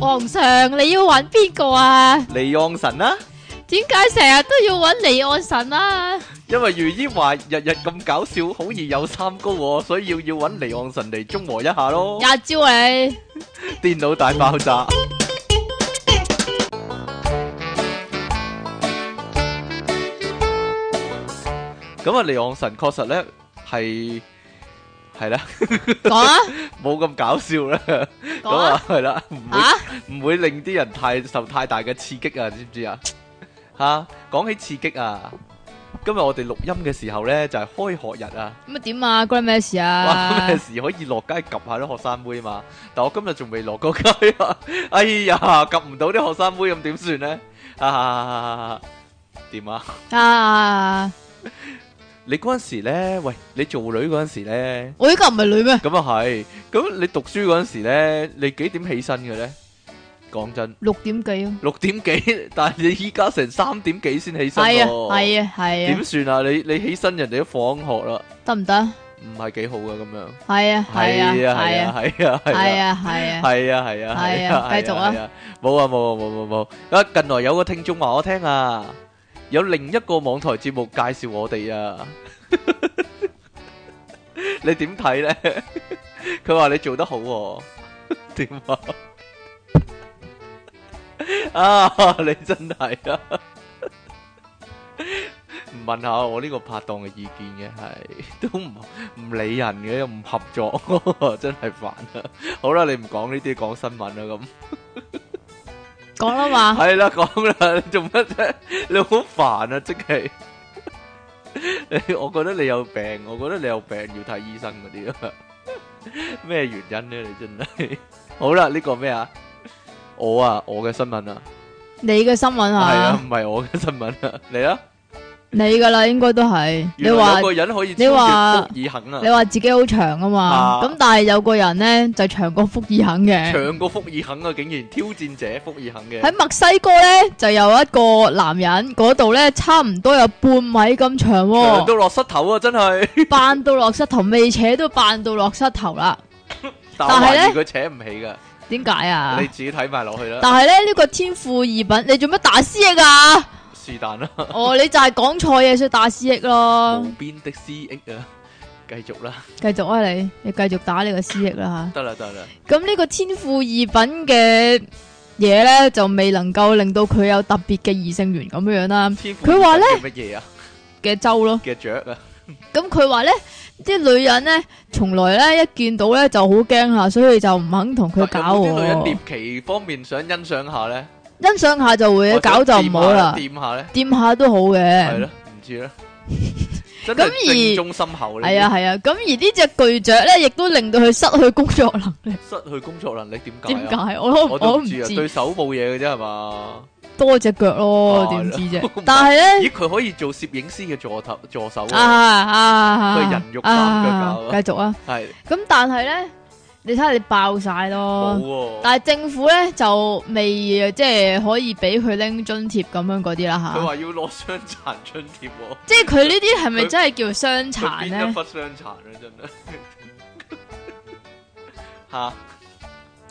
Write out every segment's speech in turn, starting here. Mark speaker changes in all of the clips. Speaker 1: 皇上，你要揾邊個啊？
Speaker 2: 尼盎神啦、
Speaker 1: 點解成日都要揾離岸神啊？
Speaker 2: 因為如煙話日日咁搞笑，好易有三高喎，所以要要揾尼盎神嚟中和一下咯。
Speaker 1: 日照你
Speaker 2: 電腦大爆炸，咁啊，尼盎神確實咧係係 啦，
Speaker 1: 講 啊，
Speaker 2: 冇咁搞笑啦，咁
Speaker 1: 講啊
Speaker 2: 啊，係啦，唔會。
Speaker 1: 吓
Speaker 2: 唔會令啲人太受太大嘅刺激啊，知唔知啊？ 吓，講起刺激啊，今日我哋錄音嘅時候呢，就係、開學日啊，
Speaker 1: 咁啊點啊？關你咩事
Speaker 2: 哇，
Speaker 1: 啊
Speaker 2: 咩？時可以落街及下啲學生妹嘛？但我今日仲未落過街啊， 哎呀，及唔到啲學生妹咁點算呢？啊，點啊？
Speaker 1: 啊，
Speaker 2: 你嗰陣時呢，喂，你做女嗰陣時呢，
Speaker 1: 我依家唔係女咩？
Speaker 2: 咁啊係，咁你讀書嗰陣時呢，你幾點起身嘅呢？講真。
Speaker 1: 六點幾啊？
Speaker 2: 六點幾， 但係你依家成三點幾先起身
Speaker 1: 係啊
Speaker 2: 喎，
Speaker 1: 係啊係啊
Speaker 2: 哦點，算啊？你你起身人哋都放學啦，
Speaker 1: 得唔得？
Speaker 2: 唔係幾好噶咁樣。
Speaker 1: 係啊係啊係
Speaker 2: 係
Speaker 1: 啊
Speaker 2: 啊係啊係
Speaker 1: 係
Speaker 2: 啊
Speaker 1: 啊係啊，
Speaker 2: 係啊係啊
Speaker 1: 係啊繼續啊！
Speaker 2: 係冇啊冇啊冇冇冇！啊近來有個聽眾話我聽啊，有另一個網台節目介紹我哋 啊，你點睇 咧？佢話你做得好 喎，點 啊？啊！你真 係啊！唔問下我呢個拍檔嘅意見嘅 係都唔唔理人嘅，又唔合 作，真係煩啊！好啦，你唔講呢啲，講新聞啦咁。
Speaker 1: 講啦嘛，
Speaker 2: 係啦，講啦，你做乜啫？ 你好煩啊，即係。 你我覺得你有病，我覺得你有病要睇醫生嗰啲啊。 咩原因咧？你真係。 好啦，呢個咩啊？我啊，我嘅新聞啊，
Speaker 1: 你嘅新聞
Speaker 2: 係啊
Speaker 1: 啊，，
Speaker 2: 唔係我嘅新聞啊，嚟啊！
Speaker 1: 你噶啦，應該都係。你
Speaker 2: 原來
Speaker 1: 話
Speaker 2: 有個人可以
Speaker 1: 你話
Speaker 2: 超越福爾肯啊
Speaker 1: 你，話自己好長啊嘛，
Speaker 2: 啊
Speaker 1: 咁但係有個人咧就長過福爾肯嘅。
Speaker 2: 長過福爾肯啊，竟然挑戰者福爾肯嘅
Speaker 1: 喺墨西哥咧就有一個男人，嗰度咧差唔多有半米咁長喎、
Speaker 2: 長到落膝頭啊， 真係。
Speaker 1: 扮到落膝頭，未扯都扮到落膝頭啦。但
Speaker 2: 但
Speaker 1: 係
Speaker 2: 係
Speaker 1: 呢
Speaker 2: 咧，佢扯唔起噶，
Speaker 1: 點解啊
Speaker 2: 你？自己睇埋落去啦，
Speaker 1: 但係咧呢、呢個天賦異稟，你做乜打思噎啊？
Speaker 2: 是但啦。
Speaker 1: 哦，你就係講錯嘢，所以打思噎咯
Speaker 2: 無。邊的思憶啊，繼續啦，
Speaker 1: 繼續啊你，你繼續打你個思噎啦
Speaker 2: 得啦得啦，
Speaker 1: 吓。咁呢個天賦異稟嘅嘢咧，就未能夠令到佢有特別嘅異性緣咁樣樣啦
Speaker 2: 天賦
Speaker 1: 佢話呢
Speaker 2: 乜嘢啊
Speaker 1: 嘅周咯。
Speaker 2: 嘅雀啊，
Speaker 1: 咁佢話咧，啲女人咧，從來咧一見到咧就好驚啦，所以就唔肯同 佢
Speaker 2: 但
Speaker 1: 搞
Speaker 2: 有冇啲女人
Speaker 1: 喎。
Speaker 2: 獵奇方面想欣賞下咧，
Speaker 1: 欣賞下就會，
Speaker 2: 或者
Speaker 1: 搞就唔好啦，
Speaker 2: 掂下咧，
Speaker 1: 掂下都好
Speaker 2: 係
Speaker 1: 嘅。
Speaker 2: 咯，唔 知啦，真
Speaker 1: 咁而
Speaker 2: 係正中心口呢
Speaker 1: 係啊係啊，咁而呢只巨雀咧，亦都令到佢失去工作能 力。
Speaker 2: 啲，失去工作能力點
Speaker 1: 點
Speaker 2: 解啊？
Speaker 1: 解？我都
Speaker 2: 我
Speaker 1: 我
Speaker 2: 都
Speaker 1: 都
Speaker 2: 唔
Speaker 1: 唔
Speaker 2: 知啊，
Speaker 1: 知
Speaker 2: 對手冇嘢嘅啫係嘛？
Speaker 1: 多隻腳咯，
Speaker 2: 係
Speaker 1: 點
Speaker 2: 啦
Speaker 1: 知 啫？但係咧
Speaker 2: 咦，佢可以做攝影師嘅助頭助手
Speaker 1: 啊
Speaker 2: 啊，
Speaker 1: 啊，
Speaker 2: 佢係人肉三腳架
Speaker 1: 啊
Speaker 2: 啊，
Speaker 1: 繼續啊！
Speaker 2: 係
Speaker 1: 咁但係咧，你睇下你爆晒咯
Speaker 2: 冇。喎。
Speaker 1: 但係政府咧就未即係可以俾佢拎津貼咁樣嗰啲啦
Speaker 2: 佢
Speaker 1: 吓，
Speaker 2: 話要攞傷殘津貼喎。
Speaker 1: 即係佢呢啲係咪
Speaker 2: 佢
Speaker 1: 真係叫傷殘
Speaker 2: 佢邊一
Speaker 1: 咧？
Speaker 2: 忽傷殘啊，真係 吓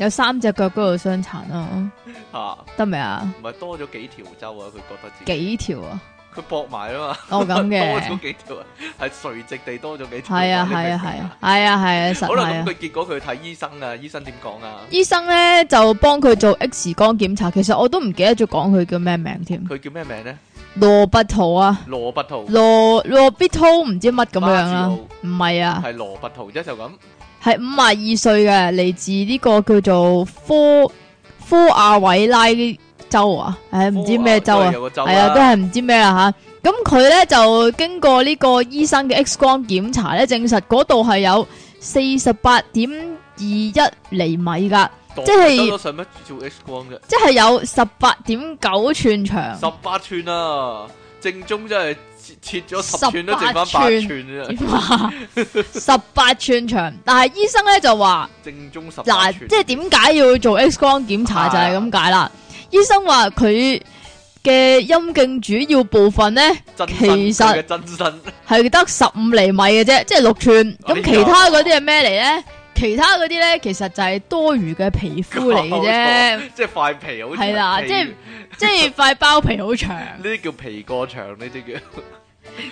Speaker 1: 有三隻腳嗰度傷殘啊，
Speaker 2: 吓，
Speaker 1: 得未啊？
Speaker 2: 唔係多咗幾條洲啊？佢覺得自
Speaker 1: 幾
Speaker 2: 己
Speaker 1: 條啊？
Speaker 2: 佢搏埋啊嘛，
Speaker 1: 哦咁
Speaker 2: 多
Speaker 1: 嘅
Speaker 2: 咗，幾條啊，係垂直地多咗幾條。
Speaker 1: 係啊
Speaker 2: 你明唔
Speaker 1: 係
Speaker 2: 明
Speaker 1: 啊係啊。係啊係啊實
Speaker 2: 好啦，
Speaker 1: 係
Speaker 2: 咁
Speaker 1: 啊！
Speaker 2: 佢結果佢睇醫生啊，醫生點講啊？
Speaker 1: 醫生咧就幫佢做 X 光檢查，其實我都唔記得咗講佢叫咩名添，
Speaker 2: 佢叫咩名咧？
Speaker 1: 羅拔圖啊，
Speaker 2: 羅拔圖，
Speaker 1: 羅羅必圖唔知乜咁樣
Speaker 2: 巴
Speaker 1: 啦
Speaker 2: 治，
Speaker 1: 唔係啊，
Speaker 2: 係羅拔圖啫，就咁。
Speaker 1: 係五廿二歲嘅，嚟自呢個叫做科科亞維拉州啊，唉唔知咩州啊
Speaker 2: 哦科亞都係，有個州
Speaker 1: 係啊都
Speaker 2: 啦
Speaker 1: 係唔知咩啦吓。咁佢咧就經過呢個醫生嘅 X 光檢查咧，證實嗰度係有四十八點二一厘米噶，即係
Speaker 2: 多咗使乜照 X 光啫？
Speaker 1: 即係有十八點九寸長。
Speaker 2: 十八寸啊，正宗真係切切咗十寸都
Speaker 1: 18
Speaker 2: 剩翻八
Speaker 1: 寸
Speaker 2: 寸啊，
Speaker 1: 點啊？ 十八寸長，但係醫生咧就話
Speaker 2: 正宗十八
Speaker 1: 嗱，
Speaker 2: 寸
Speaker 1: 即。係點解要做 X 光檢查就
Speaker 2: 啊
Speaker 1: 係咁解啦。醫生話佢嘅陰莖主要部分咧
Speaker 2: 真身
Speaker 1: 其實
Speaker 2: 佢嘅真身
Speaker 1: 係得十五厘米嘅啫，即係六寸。
Speaker 2: 哎
Speaker 1: 咁
Speaker 2: 呀
Speaker 1: 其他嗰啲係咩嚟咧？其他嗰啲咧其實就係多餘嘅皮膚 嚟嘅啫，
Speaker 2: 即係塊皮好長
Speaker 1: 係啦
Speaker 2: 皮
Speaker 1: 即係即係塊包皮好 長。
Speaker 2: 呢啲叫皮過長，呢啲叫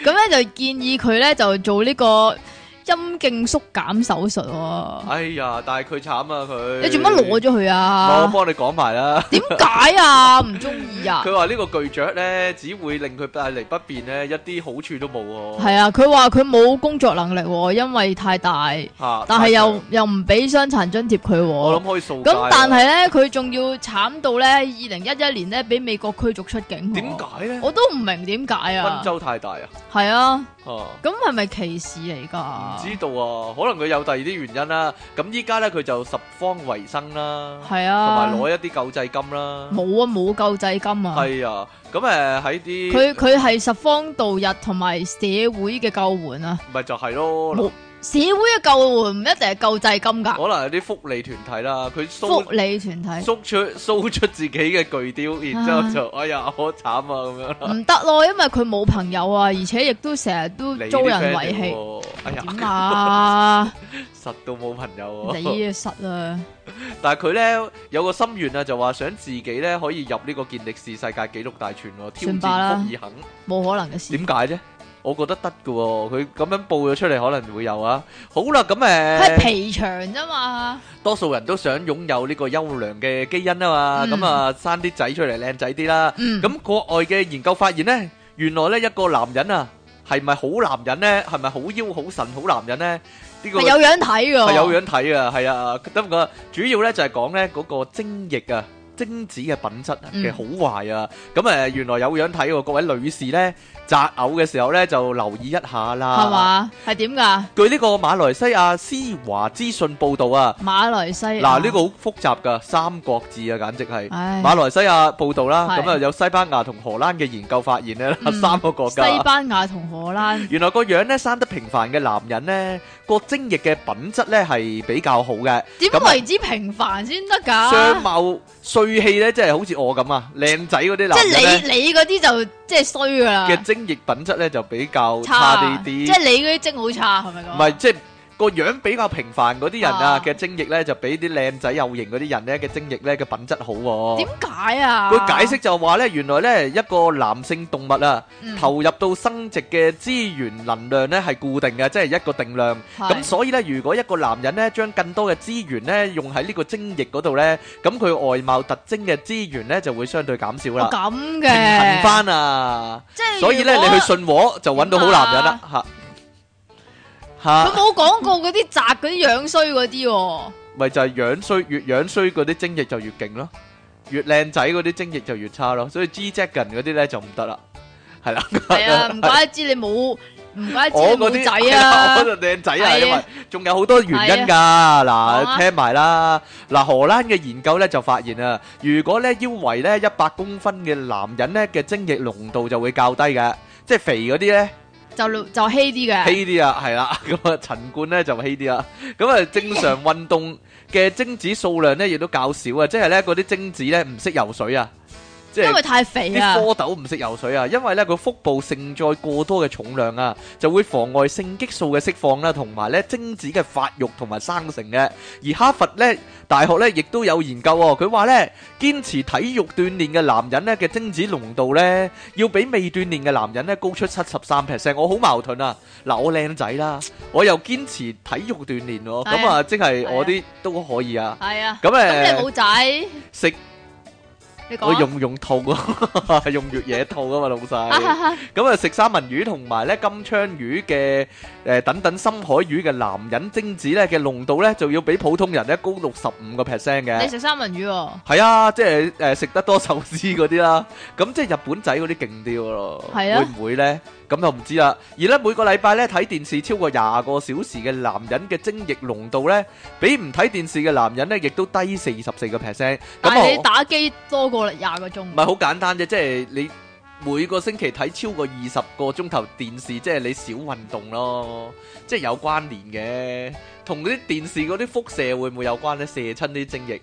Speaker 1: 咁咧就建議佢咧就做呢個陰莖縮減手術喎。
Speaker 2: 哎呀！但係佢慘啊佢，
Speaker 1: 你做乜攞咗佢
Speaker 2: 我
Speaker 1: 啊？
Speaker 2: 幫你講埋啦。
Speaker 1: 點解啊？唔中意啊？
Speaker 2: 佢話呢個巨雀咧，只會令佢帶嚟不便咧，一啲好處都冇喎。
Speaker 1: 係啊，佢話佢冇工作能力喎，因為太大，
Speaker 2: 嚇
Speaker 1: 但係
Speaker 2: 太
Speaker 1: 又
Speaker 2: 長
Speaker 1: 又唔俾傷殘津貼佢
Speaker 2: 我
Speaker 1: 喎。
Speaker 2: 諗可以掃街
Speaker 1: 咁
Speaker 2: 啊
Speaker 1: 但係咧，佢仲要慘到咧，二零一一年咧俾美國驅逐出境。
Speaker 2: 點？解咧？
Speaker 1: 我都唔明點解啊
Speaker 2: 温？州太大啊！
Speaker 1: 係啊，
Speaker 2: 啊
Speaker 1: 咁係咪歧視嚟
Speaker 2: 唔
Speaker 1: 㗎？
Speaker 2: 知道啊，可能佢有第二啲原因啦。咁依家咧佢就十方維生啦，
Speaker 1: 係
Speaker 2: 同
Speaker 1: 啊
Speaker 2: 埋，攞一啲救濟金啦。
Speaker 1: 冇啊，冇救濟金啊。
Speaker 2: 係啊，咁誒喺啲
Speaker 1: 佢佢係十方度日同埋社會嘅救援啊，
Speaker 2: 咪就係咯，
Speaker 1: 冇社會嘅救援唔一定係救濟金 㗎，
Speaker 2: 可能有啲福利團體啦，佢
Speaker 1: 福哎
Speaker 2: 蘇
Speaker 1: 利團體
Speaker 2: 縮出蘇出自己嘅 巨雕，然之後就哎呀好慘啊咁樣啦，
Speaker 1: 唔得咯，因為佢冇朋友啊，而且亦都成日都
Speaker 2: 你
Speaker 1: 遭
Speaker 2: 啲
Speaker 1: 人
Speaker 2: friend
Speaker 1: 遺棄，嗯
Speaker 2: 嚟喎，哎
Speaker 1: 點
Speaker 2: 呀
Speaker 1: 啊？
Speaker 2: 實到冇朋友
Speaker 1: 你
Speaker 2: 喎。
Speaker 1: 嘅失啊，
Speaker 2: 但係佢咧有個心願啊，就話想自己咧可以入呢個健力士世界紀錄大全喎，挑
Speaker 1: 算罷啦嗯
Speaker 2: 戰福爾肯。
Speaker 1: 冇可能嘅事。
Speaker 2: 點解啫？我覺得得嘅喎，佢咁樣報咗出嚟可能會有啊。好啦，咁
Speaker 1: 佢係
Speaker 2: 誒，
Speaker 1: 皮長啫嘛，
Speaker 2: 多數人都想擁有呢個優良嘅基因啊嘛，
Speaker 1: 嗯
Speaker 2: 咁啊生啲仔出嚟靚仔啲啦。
Speaker 1: 嗯，
Speaker 2: 咁國外嘅研究發現呢，原來呢一個男人啊，係咪好男人呢？係咪好腰好神好男人呢？呢個
Speaker 1: 係有樣睇㗎，
Speaker 2: 係有樣睇啊，係啊，得唔得？主要咧就係講咧嗰個精液啊。精子嘅品質
Speaker 1: 嗯
Speaker 2: 嘅好壞啊，咁誒、原來有樣睇喎，各位女士呢，擇偶嘅時候呢，就留意一下
Speaker 1: 係
Speaker 2: 啦。
Speaker 1: 嘛？係點㗎？
Speaker 2: 據呢個馬來西亞施華資訊報導啊，
Speaker 1: 馬來西亞
Speaker 2: 嗱呢、個好複雜噶，三國志啊，簡直係。
Speaker 1: 唉
Speaker 2: 馬來西亞報導啦，
Speaker 1: 係
Speaker 2: 咁啊有西班牙同荷蘭嘅研究發現呢，
Speaker 1: 嗯
Speaker 2: 三個國家。
Speaker 1: 西班牙同荷蘭
Speaker 2: 原來個樣咧生得平凡嘅男人呢，個精液嘅品質呢係比較好嘅。
Speaker 1: 點
Speaker 2: 咁啊
Speaker 1: 為之平凡先得㗎？
Speaker 2: 相貌帥氣咧，即係好似我咁啊，靚仔嗰啲
Speaker 1: 即
Speaker 2: 男人
Speaker 1: 係
Speaker 2: 咧
Speaker 1: 你你嗰啲就即係衰噶啦，
Speaker 2: 嘅精液品質咧就比較
Speaker 1: 啊
Speaker 2: 差啲
Speaker 1: 即係
Speaker 2: 啲，
Speaker 1: 你嗰啲精好差係咪咁？
Speaker 2: 唔係即係個樣比較平凡嗰啲人啊
Speaker 1: 啊
Speaker 2: 嘅精液咧就比啲靚仔有型嗰啲人咧嘅精液咧嘅品質好喎。
Speaker 1: 點解啊？
Speaker 2: 佢解釋就話咧，原來咧一個男性動物啊，
Speaker 1: 嗯
Speaker 2: 投入到生殖嘅資源能量咧係固定嘅，即係一個定量。
Speaker 1: 係
Speaker 2: 咁所以咧，如果一個男人咧將更多嘅資源咧用喺呢個精液嗰度咧，咁佢外貌特徵嘅資源咧就會相對減少
Speaker 1: 哦
Speaker 2: 啦，
Speaker 1: 咁
Speaker 2: 平
Speaker 1: 嘅
Speaker 2: 衡翻啊。
Speaker 1: 即係
Speaker 2: 所以咧，
Speaker 1: 如果
Speaker 2: 你去信和就揾到好男人啦，嚇
Speaker 1: 佢
Speaker 2: 嚇，
Speaker 1: 冇講過嗰啲宅嗰啲樣衰嗰啲 喎，
Speaker 2: 咪就係樣衰，越樣衰嗰啲精液就越勁咯，越靚仔嗰啲精液就越差咯，所以 G Jack 人嗰啲咧就唔得啦，係啦。
Speaker 1: 係啊，唔怪得知你冇，唔怪得知
Speaker 2: 我
Speaker 1: 你
Speaker 2: 嗰
Speaker 1: 冇
Speaker 2: 啲 係
Speaker 1: 仔
Speaker 2: 啦
Speaker 1: 啊
Speaker 2: 我，嗰度靚仔
Speaker 1: 係
Speaker 2: 啊，
Speaker 1: 啊
Speaker 2: 因為仲有好多原因㗎。
Speaker 1: 啊
Speaker 2: 嗱，聽埋啦。嗱，荷蘭嘅研究咧就發現啊，如果咧腰圍咧一百公分嘅男人咧嘅精液濃度就會較低嘅，即係肥嗰啲咧
Speaker 1: 就就稀啲嘅，
Speaker 2: 稀啲啊，係 啦。咁啊，陳冠咧就稀啲啊。咁啊，正常運動嘅精子數量咧亦都較少啊，即係咧嗰啲精子咧唔識游水啊，即係
Speaker 1: 因為。太肥啊
Speaker 2: 啲，蝌蚪唔識游水啊，因為咧佢腹部盛載過多嘅重量啊，就會妨礙性激素嘅釋放啦，同埋咧精子嘅發育同埋生成嘅。而哈佛咧大學咧亦都有研究喎、佢話咧堅持體育鍛鍊嘅男人咧嘅精子濃度咧，要比未鍛鍊嘅男人咧高出七十三 percent。我好矛盾啊！嗱，我靚仔啦，我又堅持體育鍛鍊喎、
Speaker 1: 係啊
Speaker 2: 咁啊即係
Speaker 1: 係啊
Speaker 2: 我啲都可以啊。
Speaker 1: 係啊，
Speaker 2: 咁
Speaker 1: 咁你
Speaker 2: 誒
Speaker 1: 冇仔，
Speaker 2: 食
Speaker 1: 你講
Speaker 2: 我
Speaker 1: 啊
Speaker 2: 用用套 啊，用越野套啊嘛老
Speaker 1: 啊
Speaker 2: 細
Speaker 1: 哈。哈
Speaker 2: 咁啊食三文魚同埋咧金槍魚嘅誒、呃等等深海魚嘅男人精子咧嘅濃度咧就要比普通人咧高六十五個 percent
Speaker 1: 你
Speaker 2: 嘅。
Speaker 1: 食三文魚喎，
Speaker 2: 係啊，即係誒食得多壽司嗰啲啦，咁即係日本仔嗰啲勁啲㗎咯，
Speaker 1: 係啊
Speaker 2: 會唔會呢？咁就唔知啦。而咧每個禮拜咧睇電視超過廿個小時嘅男人嘅精液濃度咧，比唔睇電視嘅男人咧亦都低四十四個 percent。
Speaker 1: 但
Speaker 2: 咁
Speaker 1: 係
Speaker 2: 我
Speaker 1: 你打機多過廿個鐘
Speaker 2: 唔，係好簡單啫，即係你每個星期睇超過二十個鐘頭電視，即係你少運動咯，即係有關聯嘅。同嗰啲電視嗰啲輻射會唔會有關咧？射親啲精液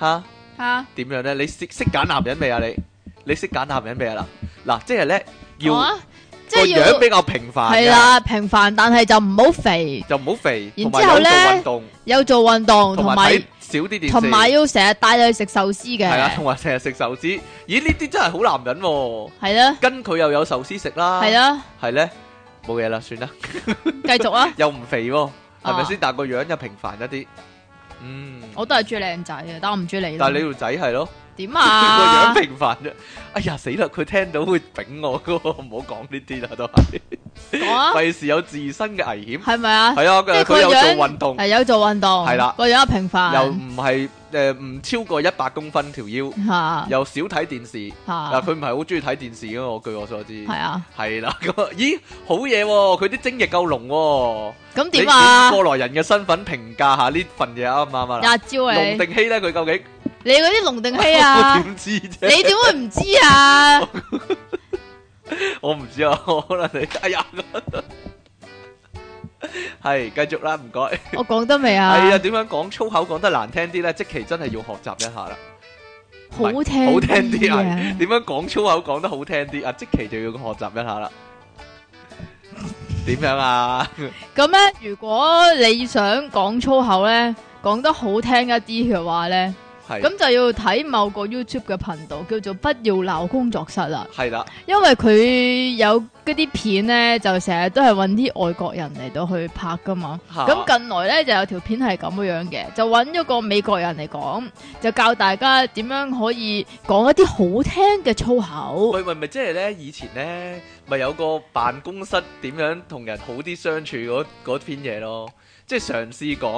Speaker 2: 吓
Speaker 1: 嚇
Speaker 2: 點樣咧？你識識揀男人未啊？你你識揀男人未啊？嗱嗱，即係咧要
Speaker 1: 講啊，哦即係
Speaker 2: 個樣
Speaker 1: 要
Speaker 2: 比較平凡
Speaker 1: 係啦，平凡但係就唔好肥，
Speaker 2: 嘅，就唔好肥，
Speaker 1: 然
Speaker 2: 同埋
Speaker 1: 之後
Speaker 2: 有做
Speaker 1: 呢，
Speaker 2: 運動，
Speaker 1: 有做運動，同埋
Speaker 2: 同埋睇少啲電視，啊
Speaker 1: 同埋要成日帶你去食壽司嘅，
Speaker 2: 係啦，同埋成日食壽司。咦，呢啲真係好男人喎，跟佢又
Speaker 1: 係啦，
Speaker 2: 有壽司食啦，
Speaker 1: 係啦，
Speaker 2: 係呢，冇嘢啦，算啦，
Speaker 1: 繼續啊！
Speaker 2: 又唔肥喎，係咪
Speaker 1: 啊。
Speaker 2: 先？但個樣就平凡一啲。嗯，
Speaker 1: 我都係中意靚仔嘅，但我唔中意你咯。
Speaker 2: 但係你條仔係咯，
Speaker 1: 點
Speaker 2: 個樣
Speaker 1: 啊？
Speaker 2: 平凡啫。哎呀，死啦，佢聽到會丙我㗎喎，唔好講呢啲啦，都係。
Speaker 1: 講啊，
Speaker 2: 費事有自身嘅危險。
Speaker 1: 係咪啊？
Speaker 2: 係啊，
Speaker 1: 即係
Speaker 2: 佢有
Speaker 1: 個
Speaker 2: 做
Speaker 1: 樣
Speaker 2: 運動，
Speaker 1: 係有做運動，
Speaker 2: 係啦
Speaker 1: 個樣平凡，
Speaker 2: ờ, 又唔係，誒，唔超過100公分條腰，
Speaker 1: 吓
Speaker 2: 又少睇電視，
Speaker 1: 吓
Speaker 2: 嗱，佢唔係好鍾意睇電視㗎嘛，我-據我所知。
Speaker 1: 係啊？
Speaker 2: 係啦，咁啊，咦，好嘢喎，佢啲精液夠濃喎。
Speaker 1: 咁點啊？
Speaker 2: 你以過來人嘅身份評價下呢份嘢啱唔啱啊？
Speaker 1: 廿招你，
Speaker 2: 濃定稀呢，佢究竟？
Speaker 1: 你嗰啲龍定希啊？
Speaker 2: 我點知啫？
Speaker 1: 你點會唔知 啊？
Speaker 2: 我唔知啊，可能你- 哎呀，係，繼續啦，唔該。
Speaker 1: 我講得未啊？
Speaker 2: 係啊，點樣講粗口講得難聽啲呢？即期真係要學習一下啦。
Speaker 1: 好聽
Speaker 2: 好聽啲啊
Speaker 1: 啊！
Speaker 2: 点样讲粗口讲得好听啲啊？即期就要学习一下啦。点样啊？
Speaker 1: 咁咧，如果你想講粗口咧，講得好聽一啲嘅話咧，
Speaker 2: 系
Speaker 1: 咁就要睇某個 YouTube 嘅頻道，叫做不要鬧工作室啊啦。
Speaker 2: 系啦，
Speaker 1: 因為佢有嗰啲片咧，就成日都係揾啲外國人嚟到去拍噶嘛。
Speaker 2: 嚇
Speaker 1: 咁近來咧就有條片係咁樣嘅，就揾咗個美國人嚟講，就教大家點樣可以講一啲好聽嘅粗口。
Speaker 2: 喂喂，咪即系咧，以前咧咪有个办公室点样同人好啲相处嗰嗰篇嘢咯，即系尝试讲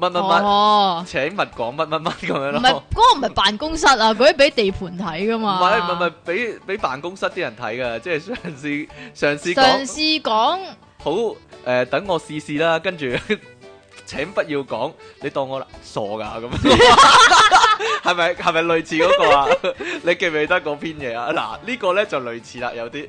Speaker 2: 乜乜乜，
Speaker 1: 哦，
Speaker 2: 请勿讲乜乜乜咁
Speaker 1: 唔
Speaker 2: 样
Speaker 1: 係
Speaker 2: 咯。
Speaker 1: 嗰個唔係辦公室啊，嗰啲俾地盤睇噶
Speaker 2: 唔
Speaker 1: 嘛。
Speaker 2: 係唔係唔係，俾俾辦公室啲人睇噶，即係上司上司
Speaker 1: 上
Speaker 2: 講
Speaker 1: 次講
Speaker 2: 好誒、呃等我試試啦，跟住 請不要講，你當我傻噶咁， 係咪係咪類似嗰個啊？你記唔記得嗰篇嘢啊？嗱，呢個咧就類似啦，有啲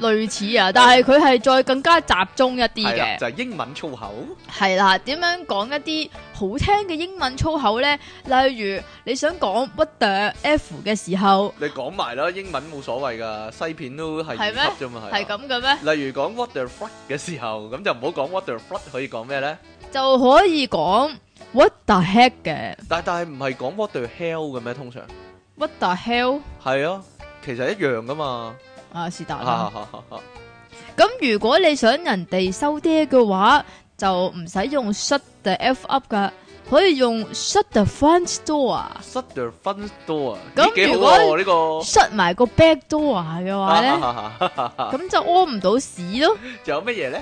Speaker 1: 類似啊，但係佢係再更加集中一啲
Speaker 2: 係啦，
Speaker 1: 嘅，
Speaker 2: 就係英文粗口，
Speaker 1: 係啦。點樣講一啲好聽嘅英文粗口呢？例如你想講 what the f 嘅時候，
Speaker 2: 你講埋啦，英文冇所謂噶，西片都係
Speaker 1: 係咩
Speaker 2: 二級啫嘛，
Speaker 1: 係
Speaker 2: 係啊。
Speaker 1: 咁嘅咩？
Speaker 2: 例如講 what the fuck 嘅時候，咁就唔好講 what the fuck，可以講咩咧？
Speaker 1: 就可以講 what the heck 嘅
Speaker 2: 但但係唔係講 what the hell 嘅咩？通常
Speaker 1: what the hell
Speaker 2: 係啊，其實一樣噶嘛。
Speaker 1: 啊，是但啦。
Speaker 2: 係
Speaker 1: 咁如果你想人哋收爹嘅話，就唔使用 shut the f up 噶，可以用 shut the front 啊 door，shut
Speaker 2: shut the front door，
Speaker 1: 咁
Speaker 2: 咦幾好
Speaker 1: 如果
Speaker 2: 喎呢個。
Speaker 1: 埋個 back door 啊嘅話呢。
Speaker 2: 啊
Speaker 1: 咁就屙唔到屎咯。
Speaker 2: 仲有乜嘢呢？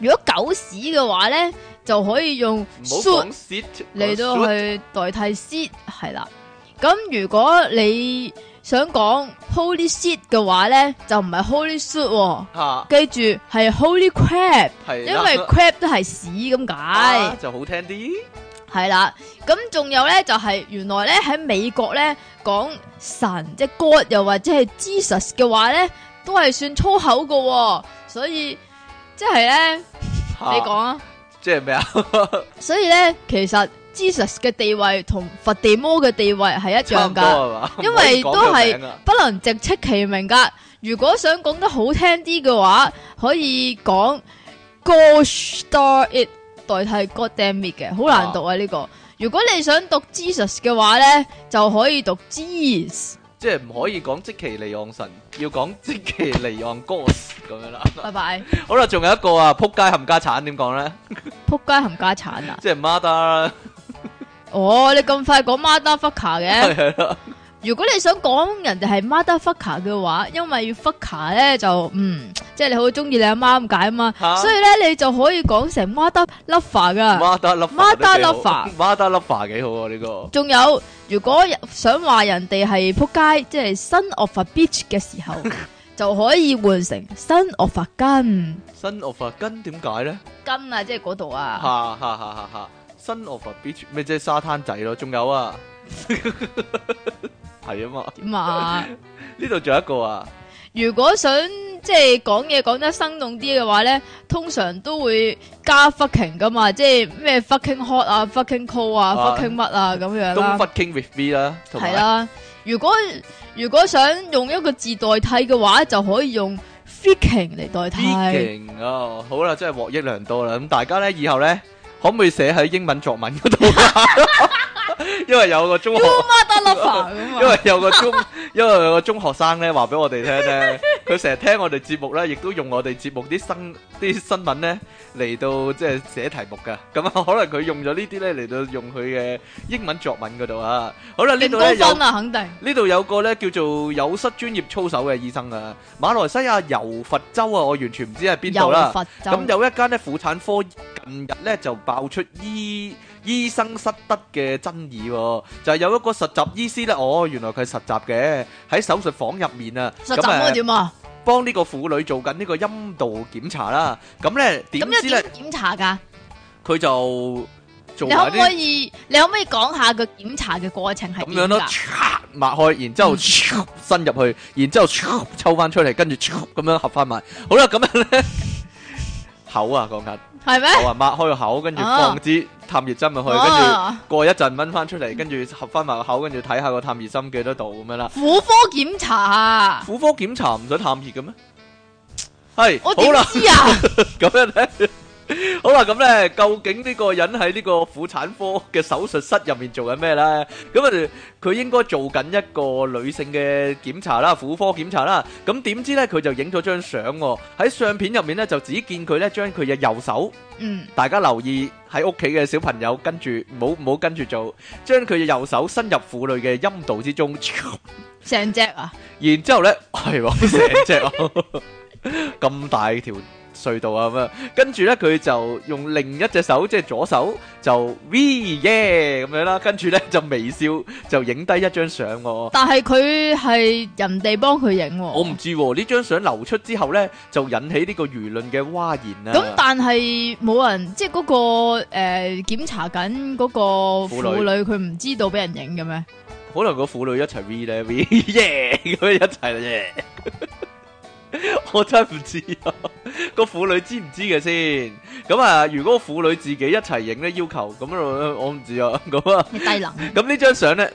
Speaker 1: 如果狗屎嘅話咧，就可以用 shoot
Speaker 2: 唔好講 shit，
Speaker 1: 嚟到
Speaker 2: 講
Speaker 1: 去代替 shit 係啦。咁如果你想講 holy shit 嘅話咧，就唔係 holy shit，、喎
Speaker 2: shoot，嚇，係啦，
Speaker 1: 記住係 holy crap，因 為 crap 都係屎咁解，
Speaker 2: 啊，就好聽啲，
Speaker 1: 係啦。咁仲有咧就係、原來咧喺美國咧講神即係 God 又或者係 Jesus 嘅話咧，都係算粗口噶、喎。所以即係咧。
Speaker 2: 嚇，
Speaker 1: 你講啊。
Speaker 2: 即係咩啊？
Speaker 1: 所以咧，其實 Jesus 嘅地位同佛地魔嘅地位係一樣噶，
Speaker 2: 差唔多係嘛？啊
Speaker 1: 因
Speaker 2: 唔可以
Speaker 1: 為
Speaker 2: 講
Speaker 1: 都
Speaker 2: 佢
Speaker 1: 係
Speaker 2: 名啊。
Speaker 1: 不能直斥其名噶。如果想講得好聽啲嘅話，可以講 Gosh star it 代替 God damn it 嘅，好難讀啊呢、個。如果你想讀 Jesus 嘅話咧，就可以讀 Jesus。
Speaker 2: 即係唔可以講即其利昂神，要講即其利昂哥咁樣啦。好啦，仲有一個啊，仆街冚家鏟
Speaker 1: 拜拜，
Speaker 2: 點講呢？
Speaker 1: 仆街冚家產啊！
Speaker 2: 即係mother-
Speaker 1: 哦，你咁快講 motherfucker 嘅？
Speaker 2: 係啦，係啦，
Speaker 1: 如果你想講人哋係 motherfucker 嘅話，因為 fucker 咧就嗯，即係你好中意你阿媽咁解啊嘛，
Speaker 2: 嚇
Speaker 1: 所以咧你就可以講成 mother lover 噶。
Speaker 2: mother lover
Speaker 1: mother
Speaker 2: 都幾好。
Speaker 1: lover。
Speaker 2: mother lover幾好啊，呢個。
Speaker 1: 仲有，如果想話人哋係撲街，即係 son of a bitch 嘅時候，就可以換成 son of a gun
Speaker 2: Son of a gun點解呢？
Speaker 1: gun 啊，即係嗰度啊，
Speaker 2: 哈哈哈哈哈！Son of a bitch，咩即係沙灘仔咯，仲有 啊，係啊嘛，
Speaker 1: 點啊？
Speaker 2: 呢度仲有一個啊，
Speaker 1: 如果想即係講嘢講得生動啲嘅話咧，通常都會加 fucking 噶嘛，即係咩 fucking hot 啊、fucking cold 啊、
Speaker 2: 啊
Speaker 1: fucking 乜啊咁樣
Speaker 2: 東
Speaker 1: 啦
Speaker 2: 忽，傾 with me 啦，同
Speaker 1: 係
Speaker 2: 埋
Speaker 1: 啦。如果如果想用一個字代替嘅話，就可以用 speaking 嚟代替。
Speaker 2: Speaking啊，好啦，真係獲益良多啦。咁大家呢，以後呢，可唔可以寫喺英文作文嗰度啊？因為有個中學-
Speaker 1: You mother lover 咁啊！
Speaker 2: 因為有個中-因為有個中學生呢，話俾我哋聽呢，佢成日聽我哋節目啦，亦都用我哋節目啲新-
Speaker 1: 勁
Speaker 2: 啲新聞呢，嚟到即係寫題目㗎。咁啊，可能佢用咗呢啲呢，嚟到用佢嘅英文作文嗰度啊。好啦，呢度呢，
Speaker 1: 高
Speaker 2: 有
Speaker 1: 分啊，肯定
Speaker 2: 呢度有個咧叫做有失專業操守嘅醫生啊，馬來西亞柔佛州啊，我完全唔知喺邊度
Speaker 1: 又
Speaker 2: 啦。
Speaker 1: 佛州
Speaker 2: 咁有一間咧婦產科近日咧就爆出醫醫生失德嘅爭議喎、就係、有一個實習醫師咧，哦，原來佢係實習嘅喺手術房入面啊，
Speaker 1: 實
Speaker 2: 咁
Speaker 1: 習嗰個
Speaker 2: 誒
Speaker 1: 點啊？
Speaker 2: 幫呢個婦女做緊呢個陰道檢查啦。咁咧點
Speaker 1: 咁
Speaker 2: 知
Speaker 1: 又
Speaker 2: 咧
Speaker 1: 點檢查㗎？
Speaker 2: 佢就做
Speaker 1: 你可
Speaker 2: 埋
Speaker 1: 唔可
Speaker 2: 啲
Speaker 1: 以你可唔可以講下個檢查嘅過程係
Speaker 2: 咁
Speaker 1: 點
Speaker 2: 樣咯
Speaker 1: 㗎？，嗯
Speaker 2: 抹開，然之後伸入去，然之後抽翻出嚟，跟住咁樣合翻埋。好啦，咁樣咧，口啊講緊，
Speaker 1: 係咩？
Speaker 2: 口啊抹開個口，跟住放支探熱針入去，跟住
Speaker 1: 啊，
Speaker 2: 過一陣掹翻出嚟，跟住合翻埋個口，跟住睇下個探熱針幾多度咁樣啦。
Speaker 1: 婦科檢查啊！
Speaker 2: 婦科檢查唔使探熱嘅咩？係，
Speaker 1: 我
Speaker 2: 好
Speaker 1: 點
Speaker 2: 啦。
Speaker 1: 知 啊？
Speaker 2: 咁樣咧，好啦， 咁咧，究竟呢個人喺呢個婦產科嘅手術室入面做緊咩咧？咁啊，佢應該做緊一個女性嘅檢查啦，婦科檢查啦。咁點知咧，佢就影咗張相喎。喺相片入面咧，就只見佢咧將佢嘅右手，
Speaker 1: 嗯，
Speaker 2: 大家留意喺屋企嘅小朋友跟住，唔好唔好跟住做，將佢嘅右手伸入婦女嘅陰道之中。
Speaker 1: 成隻啊！
Speaker 2: 然之後咧，係 喎，成隻喎咁大條隧道啊咁 啊，跟住咧佢就用另一隻手，即係左手就 V 耶咁樣啦，跟住咧就微笑就影低一張相喎。
Speaker 1: 但係佢係人哋幫佢影喎。
Speaker 2: 我唔知喎，呢張相流出之後咧，就引起呢個輿論嘅譁然
Speaker 1: 咁
Speaker 2: 啊。
Speaker 1: 但係冇人即係嗰個誒檢查緊嗰個
Speaker 2: 婦
Speaker 1: 婦
Speaker 2: 女
Speaker 1: 女，佢唔知道俾人影嘅咩？
Speaker 2: 可能個婦女一齊 V 咧 V 耶咁樣一齊耶， 我真係唔知啊！個婦女知唔知嘅先？咁啊，如果個婦女自己一齊影咧，要求咁啊 我唔知啊。咁啊，
Speaker 1: 你低能
Speaker 2: 咁呢張相咧，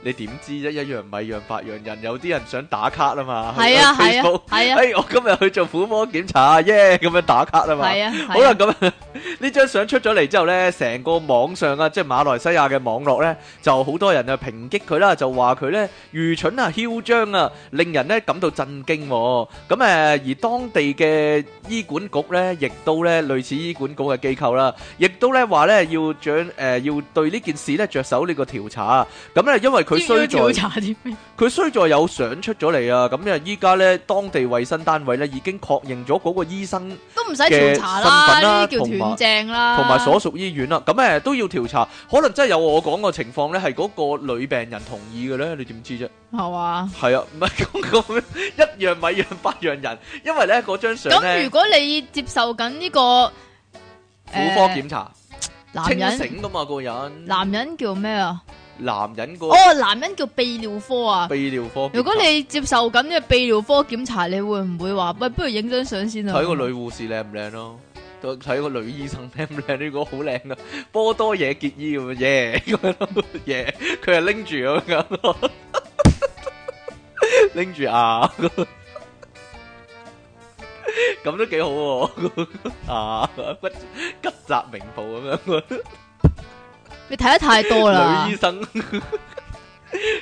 Speaker 2: 你點知啫？一樣米養百樣人，有啲人想打卡啊嘛。
Speaker 1: 係 啊
Speaker 2: 去
Speaker 1: 係
Speaker 2: Facebook，
Speaker 1: 啊係啊
Speaker 2: 哎，我今日去做婦科檢查，耶！咁樣打卡啊嘛。
Speaker 1: 係啊！
Speaker 2: 好啦，咁啊 呢張相出咗嚟之後呢，成個網上啊，即係馬來西亞嘅網絡呢，就好多人啊抨擊佢啦，就話佢呢愚蠢啊、囂張啊，令人呢感到震驚喎。咁誒，而當地嘅醫管局呢，亦都呢類似醫管局嘅機構啦，亦都呢話呢要將誒、呃要對呢件事呢着手呢個調查。咁呢，因為佢
Speaker 1: 要
Speaker 2: 衰在
Speaker 1: 要調查啲咩？
Speaker 2: 佢衰在有相出咗嚟啊，咁啊依家呢，當地衛生單位呢已經確認咗嗰個醫生。
Speaker 1: 都唔使調查啦，
Speaker 2: 嘅身份啦
Speaker 1: 呢啲叫斷正啦，
Speaker 2: 同埋所屬醫院啦，咁誒都要調查，可能真係有我講個情況咧，係嗰個女病人同意嘅咧，你點知啫？
Speaker 1: 係嘛？
Speaker 2: 係啊，唔係咁咁一樣米養百樣人，因為咧嗰張相
Speaker 1: 咁如
Speaker 2: 咧
Speaker 1: 果你接受緊呢個
Speaker 2: 婦科檢查，
Speaker 1: 男
Speaker 2: 清
Speaker 1: 人，
Speaker 2: 醒噶嘛個人，
Speaker 1: 男人叫咩啊？
Speaker 2: 男人個
Speaker 1: 哦，男人叫泌尿科啊。
Speaker 2: 泌尿科檢查，
Speaker 1: 如果你接受緊呢個泌尿科檢查，你會唔會話喂，不如影張相先啊？
Speaker 2: 睇個女護士靚唔靚咯？睇睇個女醫生靚唔靚？呢個好靚啊！波多野結衣咁樣耶咁樣咯，耶！佢係拎住咁樣咯，拎住啊！咁都幾好喎，啊！吉吉澤明步咁樣，
Speaker 1: 你睇得太多啦
Speaker 2: 女醫。生，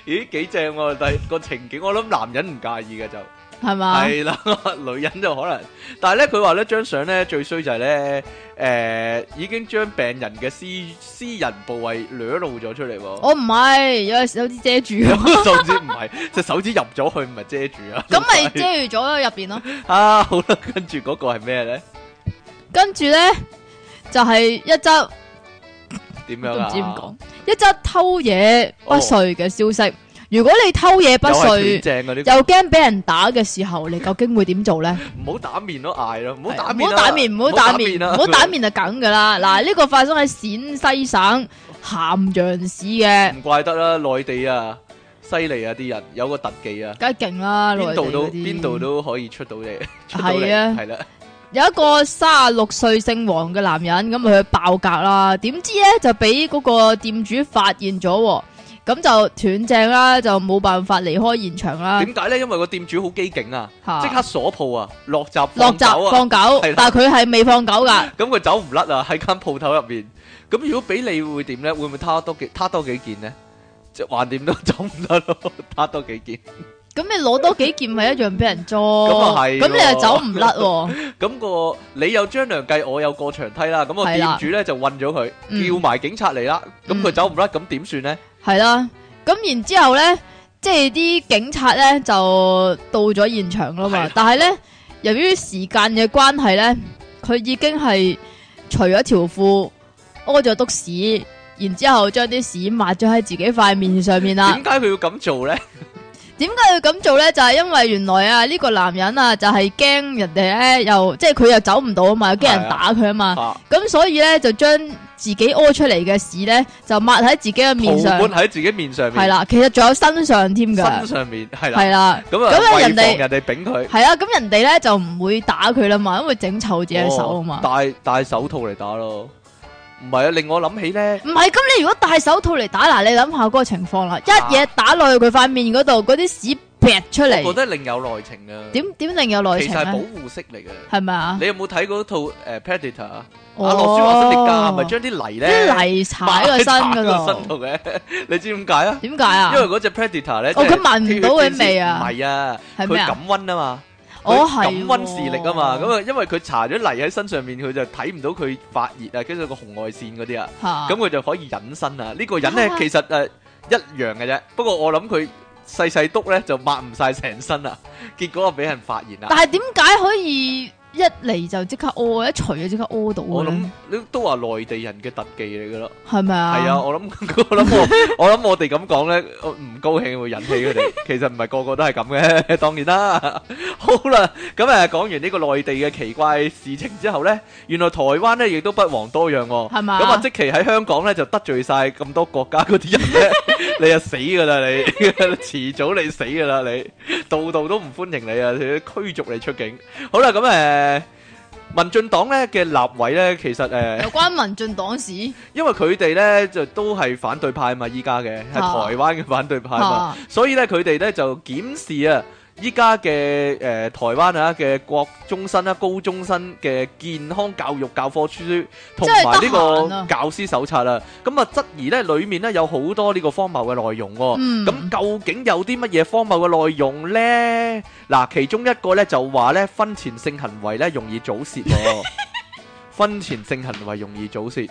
Speaker 2: 咦幾正喎！但係個情景，我諗男人唔介意嘅就。
Speaker 1: 系嘛？
Speaker 2: 系 啦，女人就可能，但系咧佢話呢張相咧最衰就係咧，诶、已經將病人嘅私私人部位掠露咗出嚟喎，
Speaker 1: 我唔係有有啲遮住㗎，
Speaker 2: 咁手指唔係隻手指入咗去，唔係遮住啊，
Speaker 1: 咁咪遮住咗入边咯。
Speaker 2: 啊好啦，跟住嗰個係咩咧？
Speaker 1: 跟住咧就係一則
Speaker 2: 點
Speaker 1: 都
Speaker 2: 樣
Speaker 1: 唔
Speaker 2: 啊？
Speaker 1: 知點講，一則偷嘢不遂嘅消息。如果你偷嘢不
Speaker 2: 又係斷
Speaker 1: 遂，
Speaker 2: 正嗰啲，
Speaker 1: 又驚俾人打嘅時候，你究竟會點做咧？
Speaker 2: 唔好打面咯，嗌咯，唔好啊
Speaker 1: 係
Speaker 2: 打
Speaker 1: 啊唔
Speaker 2: 面
Speaker 1: 好
Speaker 2: 啦，
Speaker 1: 打面，唔好打面，
Speaker 2: 啦
Speaker 1: 唔好打，面就梗噶啦。嗱，呢個發生喺陝西省咸陽市嘅，
Speaker 2: 唔怪得啦，內地啊，犀利啊啲人，有個特技啊，
Speaker 1: 梗係勁啦，
Speaker 2: 邊度都
Speaker 1: 內地嗰啲
Speaker 2: 邊度都可以出到 嚟，出到嚟
Speaker 1: 係啊
Speaker 2: 係啦。
Speaker 1: 有一個三十六歲姓黃嘅男人，咁佢去爆格啦，點知咧就俾嗰個店主發現咗喎，咁咁就斷正啦，就冇辦法離開現場啦。
Speaker 2: 點解咧？因為個店主好機警啊，
Speaker 1: 嚇
Speaker 2: 即刻鎖鋪啊，落閘
Speaker 1: 落
Speaker 2: 放狗
Speaker 1: 閘
Speaker 2: 啊，
Speaker 1: 放狗
Speaker 2: 係啦，
Speaker 1: 但係佢係未放狗㗎，
Speaker 2: 咁佢走唔甩啊！喺間鋪頭入面，咁如果俾你會點咧？會唔會他多幾他多幾件咧？即係橫掂都 走唔甩咯，他多幾件。
Speaker 1: 咁你攞多幾件咪一樣俾人捉，
Speaker 2: 咁啊係喎
Speaker 1: 咁你又走唔甩喎，
Speaker 2: 咁、個你有張良計，我有過牆梯啦。咁、個
Speaker 1: 係
Speaker 2: 店
Speaker 1: 啦
Speaker 2: 主咧就韞咗佢，
Speaker 1: 嗯
Speaker 2: 叫埋警察嚟啦。咁佢
Speaker 1: 嗯
Speaker 2: 走唔甩，咁點算咧？
Speaker 1: 係啦。咁然之後咧，即係啲警察咧就到咗現場啦
Speaker 2: 係
Speaker 1: 嘛
Speaker 2: 啦，
Speaker 1: 但係咧由於時間嘅關係咧，佢已經係除咗條褲，屙咗督屎，然之後將啲屎抹咗喺自己塊面上面啦。
Speaker 2: 點解佢要咁做咧？
Speaker 1: 点解要咁做咧？就系、因为原来啊呢、個个男人啊就系、惊人哋咧又即系佢又走唔到啊嘛，又惊人打佢啊嘛，
Speaker 2: 嚇
Speaker 1: 咁、所以咧就将自己屙出嚟嘅屎咧就抹喺自己嘅面
Speaker 2: 塗
Speaker 1: 上，
Speaker 2: 抹喺自己面上
Speaker 1: 系
Speaker 2: 面，
Speaker 1: 啦，其实仲有身上添噶
Speaker 2: 身，上面係
Speaker 1: 系
Speaker 2: 啦。
Speaker 1: 啦，
Speaker 2: 咁啊，
Speaker 1: 咁啊
Speaker 2: 為
Speaker 1: 人哋
Speaker 2: 防人哋丙佢。
Speaker 1: 系啦，咁人哋咧就唔会打佢啦嘛，因为整臭自己隻手啊嘛，
Speaker 2: 哦戴戴手套嚟打咯，唔系啊，令我谂起咧，
Speaker 1: 唔系咁你如果戴手套嚟打嗱，你谂下嗰个情况啦，一
Speaker 2: 啊
Speaker 1: 嘢打落去佢块面嗰度，嗰啲屎劈出
Speaker 2: 我觉
Speaker 1: 嚟，
Speaker 2: 得另有内情啊。
Speaker 1: 点点令有内
Speaker 2: 其
Speaker 1: 情啊
Speaker 2: 实系保
Speaker 1: 咧？
Speaker 2: 护色嚟嘅。
Speaker 1: 系咪啊？
Speaker 2: 你有冇睇嗰套诶 Predator 啊？
Speaker 1: 哦
Speaker 2: 阿洛舒華辛力加咪啊將啲泥咧
Speaker 1: 啲泥踩
Speaker 2: 抹
Speaker 1: 喺個身
Speaker 2: 喺
Speaker 1: 嗰
Speaker 2: 個身
Speaker 1: 度，
Speaker 2: 度嘅？你知點解啊？
Speaker 1: 點解啊
Speaker 2: 因？為嗰只 Predator 咧，
Speaker 1: 哦
Speaker 2: 即係
Speaker 1: 佢聞唔到佢味啊
Speaker 2: 唔係啊，
Speaker 1: 係
Speaker 2: 佢
Speaker 1: 咩啊？
Speaker 2: 感温啊嘛，
Speaker 1: 我
Speaker 2: 佢
Speaker 1: 係
Speaker 2: 感温視力啊嘛，
Speaker 1: 喎
Speaker 2: 咁啊，因為佢搽咗泥喺身上面，佢就睇唔到佢發熱啊，跟住個紅外線嗰啲啊。
Speaker 1: 嚇
Speaker 2: 咁佢就可以隱身啊！呢、個人咧
Speaker 1: 啊
Speaker 2: 其實誒、呃一樣嘅啫，不過我諗佢細細篤咧就抹唔晒成身啦，結果啊俾人發現啦。
Speaker 1: 但係點解可以一嚟就即刻屙，一除就即刻屙到
Speaker 2: 我
Speaker 1: 嘅
Speaker 2: 諗
Speaker 1: 咧？
Speaker 2: 都都話內地人嘅特技嚟噶咯，
Speaker 1: 係咪啊？
Speaker 2: 係啊！我諗 我 諗我我諗我哋咁講咧，我唔高興會引起佢哋。其實唔係個個都係咁嘅， 當然啦。好啦，咁誒講完呢個內地嘅奇怪事情之後咧，原來台灣咧亦都不遑多讓喎、
Speaker 1: 係嘛？
Speaker 2: 咁啊，即期喺香港咧就得罪晒咁多國家嗰啲人咧， 你啊死噶啦你， 遲早你死噶啦你，度度都唔歡迎你啊，驅逐你出境。好啦，咁誒、呃民進黨咧嘅立委咧，其實誒、呃
Speaker 1: 有關民進黨 事
Speaker 2: 因為佢哋咧就都係反對派嘛，依家嘅係
Speaker 1: 啊
Speaker 2: 台灣嘅反對派
Speaker 1: 嚇
Speaker 2: 嘛。所以咧，佢哋咧就檢視啊，依家嘅誒台灣啊嘅國中生啦、高中生嘅健康教育教科書同
Speaker 1: 真係
Speaker 2: 埋呢
Speaker 1: 得閒
Speaker 2: 個
Speaker 1: 啊
Speaker 2: 教師手冊啦，咁啊質疑咧裡面咧有好多呢個荒謬嘅內容喎、
Speaker 1: 嗯
Speaker 2: 哦咁究竟有啲乜嘢荒謬嘅內容呢？嗱，其中一個呢就話呢，婚前性行為呢容易早泄喎。婚前性行為容易早泄，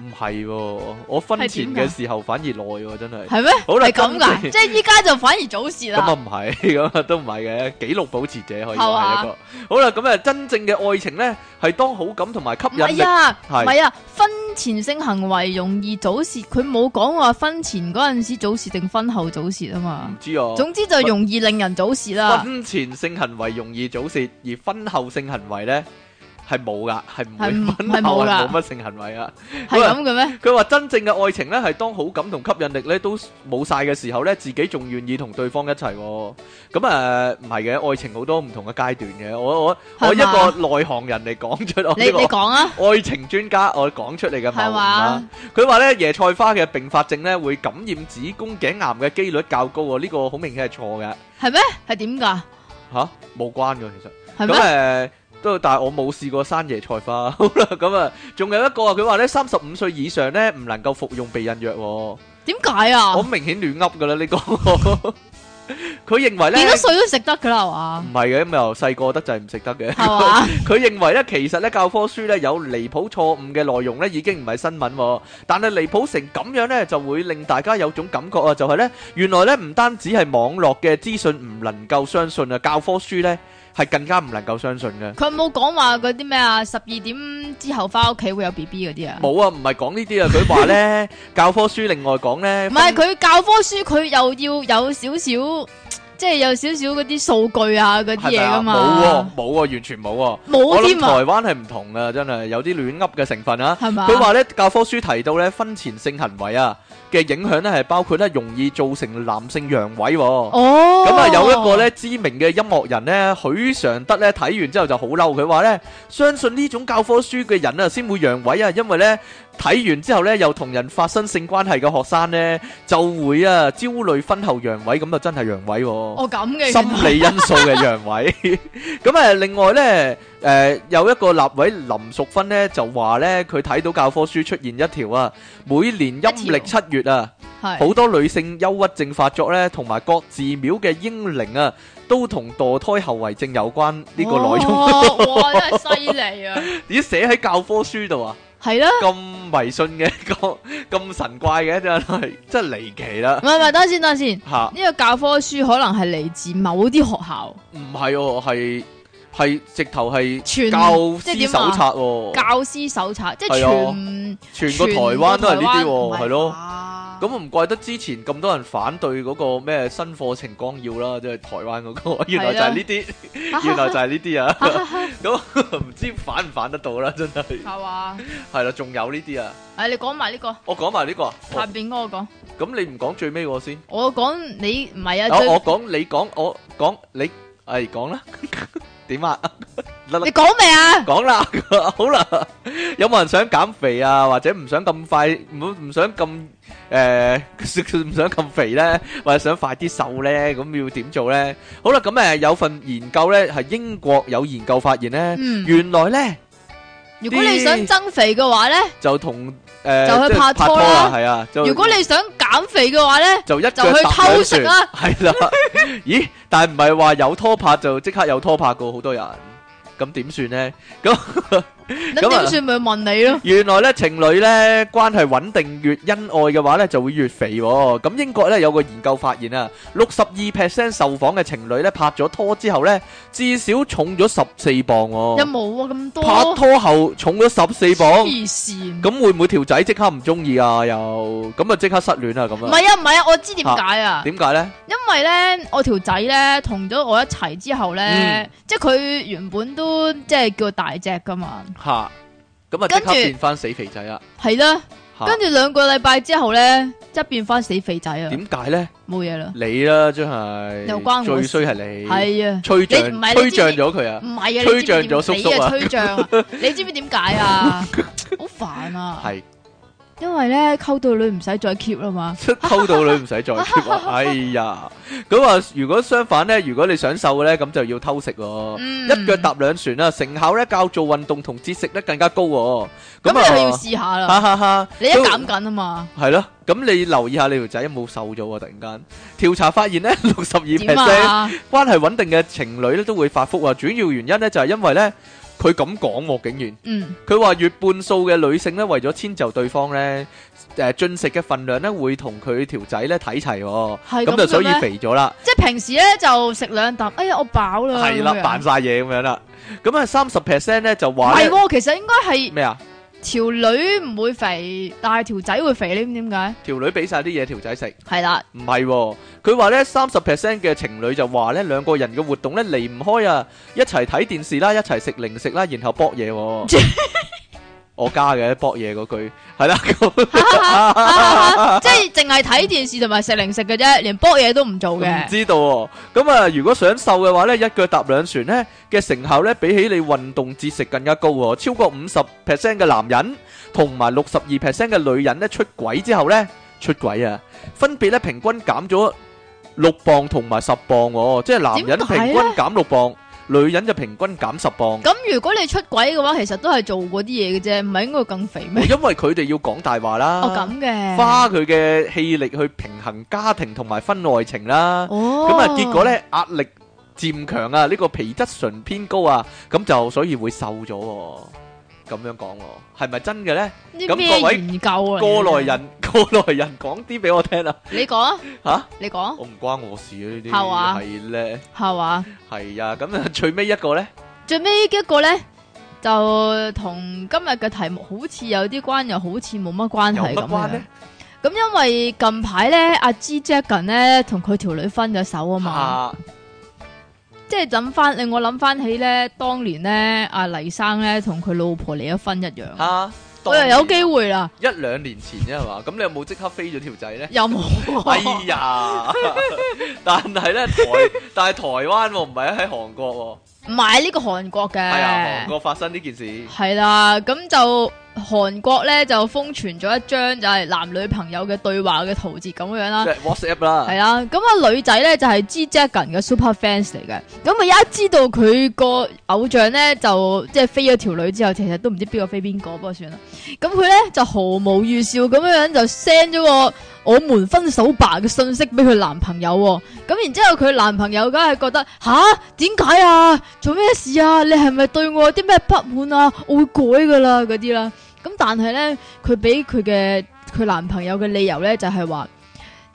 Speaker 2: 唔係喎，我婚前
Speaker 1: 係
Speaker 2: 嘅
Speaker 1: 點㗎
Speaker 2: 時候反而耐喎，真係。
Speaker 1: 係咩？
Speaker 2: 好啦
Speaker 1: 係咁
Speaker 2: 今次
Speaker 1: 㗎，即係依家就反而早泄
Speaker 2: 咁啊
Speaker 1: 啦。
Speaker 2: 唔 係，咁啊都唔係嘅，紀錄保持者可
Speaker 1: 係
Speaker 2: 以
Speaker 1: 嘛
Speaker 2: 話係一個。好啦，咁啊真正嘅愛情呢，係當好感同埋吸
Speaker 1: 唔
Speaker 2: 引力
Speaker 1: 係啊，唔
Speaker 2: 係
Speaker 1: 係啊，婚前性行為容易早泄，佢冇講話婚前嗰陣時早泄定婚後早泄啊嘛。
Speaker 2: 唔知啊。
Speaker 1: 总之就容易令人早泄啦，
Speaker 2: 婚前性行為容易早泄，而婚後性行為呢係冇噶，係 唔會
Speaker 1: 係唔係
Speaker 2: 婚後
Speaker 1: 冇
Speaker 2: 係
Speaker 1: 㗎
Speaker 2: 冇乜性行為啊。
Speaker 1: 系咁嘅咩？
Speaker 2: 佢話真正嘅愛情呢，係當好感同吸引力呢都冇晒嘅時候呢，自己仲願意同對方一齊喎。咁啊，唔係嘅，愛情好多唔同嘅階段嘅。我我我一
Speaker 1: 係嘛
Speaker 2: 個內行人嚟講出我
Speaker 1: 你你
Speaker 2: 呢
Speaker 1: 讲啊，
Speaker 2: 個愛情專家，我講出嚟嘅啊
Speaker 1: 系
Speaker 2: 謬誤啦
Speaker 1: 嘛。？
Speaker 2: 佢話呢，椰菜花嘅並發症呢，會感染子宮頸癌嘅機率較高喎。呢、個好明顯係錯嘅
Speaker 1: 系咩？系点噶？
Speaker 2: 吓，冇關嘅其實。
Speaker 1: 系
Speaker 2: 咁啊
Speaker 1: 咩？
Speaker 2: 誒都，但係我冇試過生椰菜花。好啦，咁啊，仲有一個啊，佢話咧三十五歲以上咧唔能夠服用避孕藥喎。
Speaker 1: 点解啊
Speaker 2: 我？明顯亂噏噶啦呢個。 佢認為
Speaker 1: 几
Speaker 2: 咧
Speaker 1: 多岁都食得噶啦，系嘛
Speaker 2: 唔？係嘅，咁又細個得就唔食得嘅。
Speaker 1: 系嘛？
Speaker 2: 佢認為咧，其實咧教科書咧有離譜錯誤嘅內容咧，已經唔係新聞喎。但係離譜成咁樣咧，就會令大家有種感覺啊，就係咧，原來咧唔單止係網絡嘅資訊唔能夠相信啊，教科書咧係更加唔能夠相信嘅。
Speaker 1: 佢有冇讲话嗰啲咩啊？十二点之后翻屋企会有 B B 嗰啲啊？
Speaker 2: 冇啊，唔係講呢啲啊，佢話 咧教科書另外講咧，
Speaker 1: 唔系佢教科书，佢又要有少少，即系有少少嗰啲数据啊嗰啲
Speaker 2: 係咪
Speaker 1: 嘢
Speaker 2: 啊
Speaker 1: 噶
Speaker 2: 冇
Speaker 1: 嘛？
Speaker 2: 喎，冇喎，完全冇喎。我
Speaker 1: 冇
Speaker 2: 諗
Speaker 1: 添
Speaker 2: 台
Speaker 1: 啊，
Speaker 2: 灣係唔同啊，真係有啲亂噏嘅成分啊。
Speaker 1: 系嘛？
Speaker 2: 佢話咧教科書提到咧婚前性行為啊嘅影響咧係包括咧容易造成男性陽痿喎。
Speaker 1: 哦，
Speaker 2: 咁啊，有一個咧知名嘅音樂人咧，許常德咧睇完之後就好嬲，佢話咧，相信呢種教科書嘅人啊，先會陽痿啊，因為咧睇完之後呢，有同人發生性關係嘅學生呢，就會啊焦慮婚後陽痿，咁就真係陽痿喎。
Speaker 1: 哦咁嘅，
Speaker 2: 心理因素嘅陽痿。咁诶，另外咧，诶、有一個立委林淑芬咧就話咧，佢睇到教科書出現一條啊，每年陰歷七月啊，
Speaker 1: 系
Speaker 2: 好多女性憂鬱症發作咧，同埋各寺廟嘅英靈啊，都同墮胎後遺症有關呢個內容。
Speaker 1: 哦哇，哇真係犀利啊！
Speaker 2: 咦，寫喺教科書 度啊，
Speaker 1: 係啦，
Speaker 2: 咁迷信嘅， 咁咁神怪嘅，真係真係離奇啦
Speaker 1: 唔係唔係，等下先，等下先。
Speaker 2: 吓。
Speaker 1: 呢個教科書可能係嚟自某啲學校
Speaker 2: 唔係喎，係係直頭係
Speaker 1: 全
Speaker 2: 教師手冊
Speaker 1: 教
Speaker 2: 喎，
Speaker 1: 師手冊，即
Speaker 2: 係
Speaker 1: 係
Speaker 2: 啊
Speaker 1: 全
Speaker 2: 全個台灣都係呢啲喎，係咯。
Speaker 1: 咯
Speaker 2: 咁唔怪得之前咁多人反對嗰個咩新課程光耀啦，即係台灣嗰個，原來就係呢啲，原來就係 呢啲啊。 咁唔知反唔反得到啦，真係
Speaker 1: 係嘛？
Speaker 2: 係啦，仲有呢啲啊。
Speaker 1: 誒，你講埋呢個
Speaker 2: 我講埋呢個啊，
Speaker 1: 下
Speaker 2: 哦
Speaker 1: 邊嗰個講，
Speaker 2: 咁你唔講最尾個先，
Speaker 1: 我講你唔係
Speaker 2: 我
Speaker 1: 啊，最
Speaker 2: 哦我講你講，我講你，誒講啦， 點啊？甩甩
Speaker 1: 你講未啊？
Speaker 2: 講啦， 好啦，有冇人想減肥啊？或者唔想咁快，唔好唔想咁诶，誒 唔、想咁肥呢？或者想快啲瘦呢？咁要點做呢？好啦，咁诶有份研究呢，係英國有研究發現呢，
Speaker 1: 嗯，
Speaker 2: 原來呢，
Speaker 1: 如果你想增肥嘅話咧，
Speaker 2: 就同诶、
Speaker 1: 就去
Speaker 2: 即係
Speaker 1: 拍拖啦
Speaker 2: 係啊，就
Speaker 1: 如果你想減肥嘅話咧，
Speaker 2: 就一腳
Speaker 1: 就去
Speaker 2: 踏
Speaker 1: 偷
Speaker 2: 兩
Speaker 1: 食
Speaker 2: 船
Speaker 1: 啦，
Speaker 2: 係啦，咦？但係唔係話有拖拍就即刻有拖拍噶，好多人，咁點算呢？
Speaker 1: 咁
Speaker 2: 咁啊
Speaker 1: 點算咪問你咯？
Speaker 2: 原來咧情侶咧關係穩定越恩愛嘅話咧就會越肥喎。咁英國咧有個研究發現啊，六十二 percent 受訪嘅情侶咧拍咗拖之後咧，至少重咗十四磅
Speaker 1: 有
Speaker 2: 喎。
Speaker 1: 冇啊咁多？
Speaker 2: 哦拍拖後重咗十四磅，
Speaker 1: 黐線！
Speaker 2: 咁會唔會條仔即刻唔中意啊？又咁啊即刻失戀啊咁
Speaker 1: 唔
Speaker 2: 啊？
Speaker 1: 係啊，唔係啊，我知點解啊，
Speaker 2: 點解咧？
Speaker 1: 因為咧，我條仔咧同咗我一齊之後咧
Speaker 2: 嗯，
Speaker 1: 即係佢原本都即係叫大隻噶嘛，
Speaker 2: 吓，咁啊即刻
Speaker 1: 跟住
Speaker 2: 變翻死肥仔啦。
Speaker 1: 係啦，
Speaker 2: 吓，
Speaker 1: 跟住兩個禮拜之後咧，即係變翻死肥仔啊，
Speaker 2: 點解咧？
Speaker 1: 冇嘢啦，
Speaker 2: 你啦，真係
Speaker 1: 又關我
Speaker 2: 最
Speaker 1: 事
Speaker 2: 衰係你，
Speaker 1: 係啊，
Speaker 2: 吹
Speaker 1: 你唔
Speaker 2: 脹
Speaker 1: 係你
Speaker 2: 吹
Speaker 1: 知唔
Speaker 2: 脹
Speaker 1: 知
Speaker 2: 咗佢啊！
Speaker 1: 唔係啊，你
Speaker 2: 吹
Speaker 1: 知唔知
Speaker 2: 脹咗叔叔啊
Speaker 1: 點你吹脹 啊，你知唔知點解啊？好煩啊，
Speaker 2: 係。
Speaker 1: 因為咧溝到女唔使再 keep 啦嘛，
Speaker 2: 偷到女唔使再 keep 啊！哎呀，咁啊，如果相反呢，如果你想瘦呢，咁就要偷食喎，
Speaker 1: 嗯
Speaker 2: 哦一腳踏兩船啦，成效呢較做運動同節食呢更加高喎。
Speaker 1: 咁
Speaker 2: 咁
Speaker 1: 你係要
Speaker 2: 啊，
Speaker 1: 試下啦
Speaker 2: 哈，哈哈，
Speaker 1: 你一
Speaker 2: 都
Speaker 1: 減緊啊嘛，
Speaker 2: 係咯，咁你留意下你條仔有冇瘦咗喎？突然間調查發現呢，六十二
Speaker 1: 點
Speaker 2: percent
Speaker 1: 啊？
Speaker 2: 關係穩定嘅情侶呢都會發福啊，主要原因呢就係因為呢，佢咁講喎，竟然。
Speaker 1: 嗯，
Speaker 2: 佢話越半數嘅女性咧，為咗遷就對方咧，誒、進食嘅份量咧，會同佢條仔咧睇齊喎，
Speaker 1: 係
Speaker 2: 咁
Speaker 1: 咁
Speaker 2: 就所以
Speaker 1: 嘅咩
Speaker 2: 肥咗啦，
Speaker 1: 即係平時咧就食兩啖，哎呀我飽啦，
Speaker 2: 係啦
Speaker 1: 咁樣，
Speaker 2: 扮晒嘢咁樣啦。咁啊，三十 percent 咧就話
Speaker 1: 係
Speaker 2: 咧
Speaker 1: 喎，其實應該係
Speaker 2: 咩啊？
Speaker 1: 條女唔會肥，但係條仔會肥，你知唔知點解？
Speaker 2: 條女俾晒啲嘢條仔食，
Speaker 1: 係 啦，
Speaker 2: 唔係喎。佢話咧三十 percent 嘅情侶就話咧兩個人嘅活動咧離唔開啊，一齊睇電視啦，一齊食零食啦，然後搏嘢喎。我加嘅搏嘢嗰句係啦，
Speaker 1: 啊
Speaker 2: 咁
Speaker 1: 即係淨係睇電視同埋食零食嘅啫，連卜嘢都唔做
Speaker 2: 唔
Speaker 1: 嘅。
Speaker 2: 知道喎，咁啊，如果想瘦嘅話咧，一腳踏兩船咧嘅成效咧，比起你運動節食更加高喎，超過五十 percent 嘅男人同埋六十二 percent 嘅女人咧出軌之後咧，出軌啊，分別咧平均減咗六磅同埋十磅喎，即係男人
Speaker 1: 點解
Speaker 2: 平
Speaker 1: 呢
Speaker 2: 均減六磅，女人就平均減十磅，
Speaker 1: 咁如果你出軌嘅話，其實都係做嗰啲嘢嘅啫，唔係應該更肥咩？
Speaker 2: 因為佢哋要講大話啦，
Speaker 1: 哦咁嘅，
Speaker 2: 啊花佢嘅氣力去平衡家庭同埋婚外情啦。
Speaker 1: 哦，
Speaker 2: 咁啊，結果咧壓力漸強啊，呢、個皮質醇偏高啊，咁就所以會瘦咗喎、咁樣講喎、係咪真嘅咧？
Speaker 1: 啲
Speaker 2: 咁
Speaker 1: 咩
Speaker 2: 各位
Speaker 1: 研究啊？
Speaker 2: 過來，人， 過來人講啲俾我聽啊！
Speaker 1: 你講啊
Speaker 2: 吓，
Speaker 1: 你講啊
Speaker 2: 我唔關我事啊，呢啲
Speaker 1: 係嘛
Speaker 2: 係咧，
Speaker 1: 係嘛？
Speaker 2: 係啊，咁啊，最尾一個咧，
Speaker 1: 最尾一個咧。就同今日嘅題目好似有啲關，又好似冇乜關
Speaker 2: 有
Speaker 1: 係
Speaker 2: 乜
Speaker 1: 咁
Speaker 2: 關
Speaker 1: 樣
Speaker 2: 咧？。
Speaker 1: 咁因為近排咧，阿 G Dragon 咧同佢條女分咗手啊嘛，
Speaker 2: 啊，
Speaker 1: 即係諗翻令我諗翻起咧，當年咧阿黎生咧同佢老婆離咗婚一樣，
Speaker 2: 啊，
Speaker 1: 我又有
Speaker 2: 當年
Speaker 1: 機會啦，
Speaker 2: 一兩年前啫係嘛？咁你有冇即刻飛咗條仔 咧？
Speaker 1: 有冇？
Speaker 2: 哎呀！但係咧台，但係台灣喎，唔係喺韓國
Speaker 1: 唔係呢個韓國
Speaker 2: 喎，係啊，韓
Speaker 1: 嘅，
Speaker 2: 國發生呢件事。
Speaker 1: 係啦，咁就韓國咧就瘋傳咗一張就係男女朋友嘅對話嘅圖截咁樣啦
Speaker 2: 即。係 WhatsApp 啦，
Speaker 1: 系啦，咁啊女仔咧就係 G Dragon 嘅 super fans 嚟嘅，咁啊一知道佢個偶像咧就即係飛咗條女之後，其實都唔知邊個飛邊個，不過算啦。咁佢咧就毫無預兆咁樣樣就 send 咗個我們分手吧嘅信息俾佢男朋友、喎。咁然之後佢男朋友梗係覺得吓點解啊？做咩事啊？你係咪對我有啲咩不滿啊？我會改噶啦嗰啲啦。咁但係咧，佢俾佢嘅佢男朋友嘅理由咧就係話。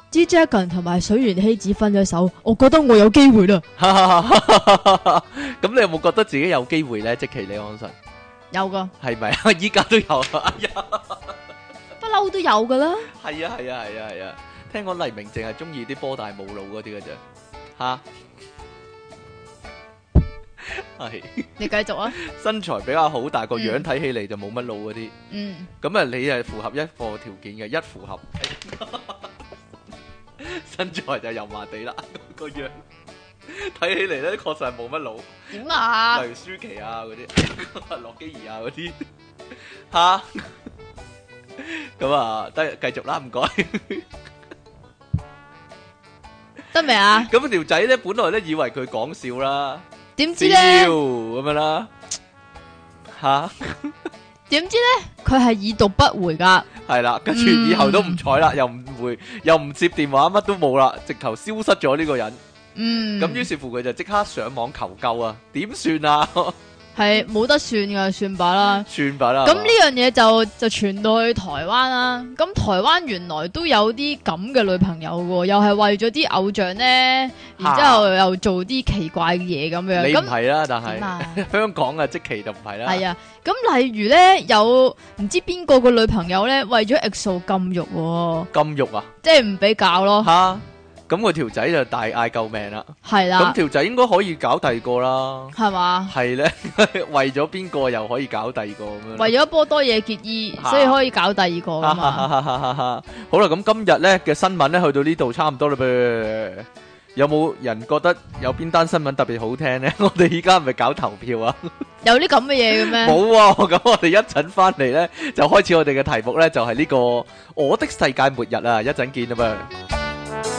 Speaker 1: G Dragon 同埋水原希子分咗手，我覺得我有機會 啦，
Speaker 2: 咁你有冇覺得自己有機會咧？即其李安神
Speaker 1: 有噶，
Speaker 2: 係咪啊？ 依家都有啊！哎呀，
Speaker 1: 不嬲都有噶啦。
Speaker 2: 係啊，係啊，係啊，係啊！聽講黎明淨係中意啲波大冇腦嗰啲嘅啫， 吓係
Speaker 1: 你繼續啊，
Speaker 2: 身材比較好，但係個樣
Speaker 1: 嗯
Speaker 2: 睇起嚟就冇乜腦嗰啲。
Speaker 1: 嗯，
Speaker 2: 咁啊，你係符合一個條件嘅，一符合 身材就油麻地啦，個樣睇起嚟咧確實係冇乜腦。
Speaker 1: 點啊
Speaker 2: 例？如舒淇啊 嗰啲，洛基兒啊嗰啲，吓咁啊，得繼續啦，唔該。
Speaker 1: 得未啊？
Speaker 2: 咁條仔咧，本來咧以為佢講笑啦，
Speaker 1: 點知
Speaker 2: 屌
Speaker 1: 咧？
Speaker 2: 咁樣啦，吓
Speaker 1: 點知咧？佢係已讀不回噶，
Speaker 2: 係啦，跟住以後都唔睬啦，又唔回，又唔接電話，乜都冇啦，直頭消失咗呢個人。
Speaker 1: 嗯，
Speaker 2: 咁於是乎佢就即刻上網求救啊，點算 啊？
Speaker 1: 係冇得算噶，算罷啦。
Speaker 2: 算吧啦。
Speaker 1: 咁呢樣嘢就就傳到去台灣啦。咁台灣原來都有啲咁嘅女朋友喎，又係為咗啲偶像咧，然之後又做啲奇怪嘅嘢咁樣。
Speaker 2: 你唔
Speaker 1: 咁
Speaker 2: 係啦，但
Speaker 1: 點
Speaker 2: 係
Speaker 1: 啊？
Speaker 2: 香港啊，即期就唔係啦。
Speaker 1: 系啊，咁例如咧，有唔知邊個個女朋友咧，為咗 EXO 禁欲、喎，
Speaker 2: 禁肉啊！
Speaker 1: 即係唔俾搞咯，
Speaker 2: 吓，咁個條仔就大嗌救命啦。
Speaker 1: 係
Speaker 2: 咁
Speaker 1: 啦，
Speaker 2: 條仔應該可以搞第二個啦，
Speaker 1: 係嘛，
Speaker 2: 係咧， 為咗邊個又可以搞第二個咁樣。
Speaker 1: 為咗波多野結衣，
Speaker 2: 啊
Speaker 1: 所以可以搞第二個噶嘛，
Speaker 2: 好啦，咁今日咧嘅新聞咧去到呢度差唔多啦噃。有冇人覺得有邊單新聞特別好聽咧？我哋依家係咪搞投票啊？
Speaker 1: 有啲咁嘅嘢嘅咩？
Speaker 2: 冇喎，咁 我哋一陣翻嚟咧就開始我哋嘅題目咧就係呢個我的世界末日啊！一陣見啊噃。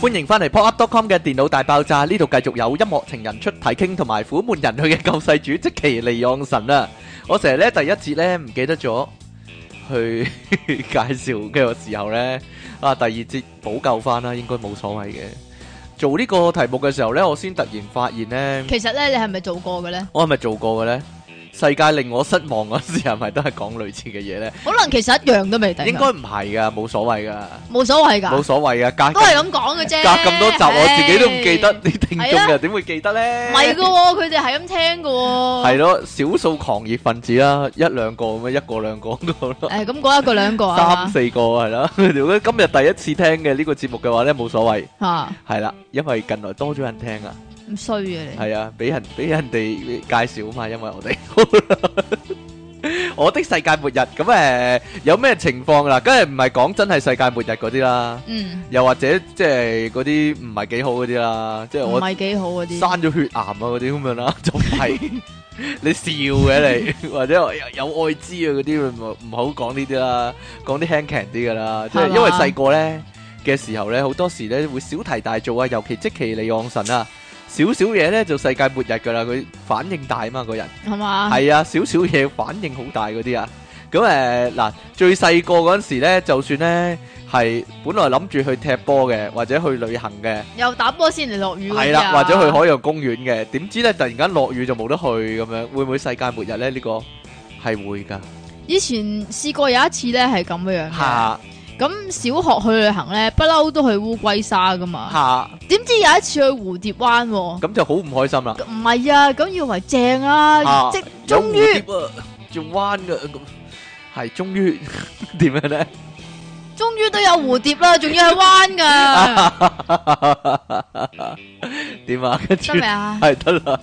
Speaker 2: 欢迎翻嚟 popup.com 嘅電腦大爆炸，呢度繼續有音樂情人出題傾同埋苦悶人類嘅救世主即其利昂神啊！我成日咧第一節咧唔記得咗去介紹嘅時候咧，啊第二節補救翻啦，應該冇所謂嘅。做呢個題目嘅時候咧，我先突然發現咧，
Speaker 1: 其實咧，你係咪做過嘅咧？
Speaker 2: 我係咪做過嘅咧？世界令我失望嗰時係咪都係講類似嘅嘢咧？
Speaker 1: 可能其實一樣都未定㗎，
Speaker 2: 應該唔係噶，冇所謂噶，
Speaker 1: 冇所謂㗎，
Speaker 2: 冇所謂噶，
Speaker 1: 都
Speaker 2: 隔
Speaker 1: 係咁講嘅啫。
Speaker 2: 隔咁多集，我自己都唔記得，
Speaker 1: 唉
Speaker 2: 啲聽
Speaker 1: 係
Speaker 2: 眾
Speaker 1: 啊
Speaker 2: 又點會記得咧？
Speaker 1: 唔係噶喎，佢哋係咁聽噶喎。
Speaker 2: 係咯，少數狂熱分子啦，一兩個咁樣，一個兩個 咁樣咯，
Speaker 1: 誒咁嗰一個兩個啊
Speaker 2: 三，四個係 啦。如果今日第一次聽嘅呢個節目嘅話咧，冇所謂，
Speaker 1: 嚇
Speaker 2: 係啦，因為近來多咗人聽啊，
Speaker 1: 咁衰嘅你。
Speaker 2: 係啊，俾人俾人哋介紹啊嘛，因為我 哋好啦我的世界末日咁誒，有咩情況啦？梗係唔係講真係世界末日嗰啲啦，
Speaker 1: 嗯，
Speaker 2: 又或者即係嗰啲唔係幾好嗰啲啦，即係
Speaker 1: 唔
Speaker 2: 我。
Speaker 1: 係幾好嗰啲。
Speaker 2: 生咗血癌啊嗰啲咁樣 啦，就唔係你笑嘅你，或者有有愛滋啊嗰啲，唔唔好講呢啲啦，講啲輕強啲噶啦，即係
Speaker 1: 係嘛
Speaker 2: 因為細個咧嘅時候咧，好多時咧會小題大做啊，尤其即其利昂神啊，少少嘢咧就世界末日噶啦，佢反應大啊嘛個人。
Speaker 1: 係嘛？
Speaker 2: 係啊，少少嘢反應好大嗰啲啊。咁誒嗱，最細個嗰陣時咧，就算咧係本來諗住去踢波嘅，或者去旅行嘅。
Speaker 1: 又打波先嚟落雨嗰啲啊
Speaker 2: 系啦，或者去海洋公園嘅，點知咧突然間落雨就冇得去咁樣，會唔會世界末日咧？呢、個係會㗎，
Speaker 1: 以前試過有一次咧係咁樣嘅，
Speaker 2: 下
Speaker 1: 咁小學去旅行咧，不嬲都去烏龜沙噶嘛。
Speaker 2: 下
Speaker 1: 點知有一次去蝴蝶灣喎，
Speaker 2: 咁就好唔開心啦。
Speaker 1: 唔係啊，咁以為正啊，
Speaker 2: 啊
Speaker 1: 即
Speaker 2: 有
Speaker 1: 終於
Speaker 2: 蝴蝶啊，仲彎㗎咁，係終於點樣咧？
Speaker 1: 终于都有蝴蝶 啦，仲要系弯噶，
Speaker 2: 啊点啊？跟住
Speaker 1: 得未啊？
Speaker 2: 系得啦，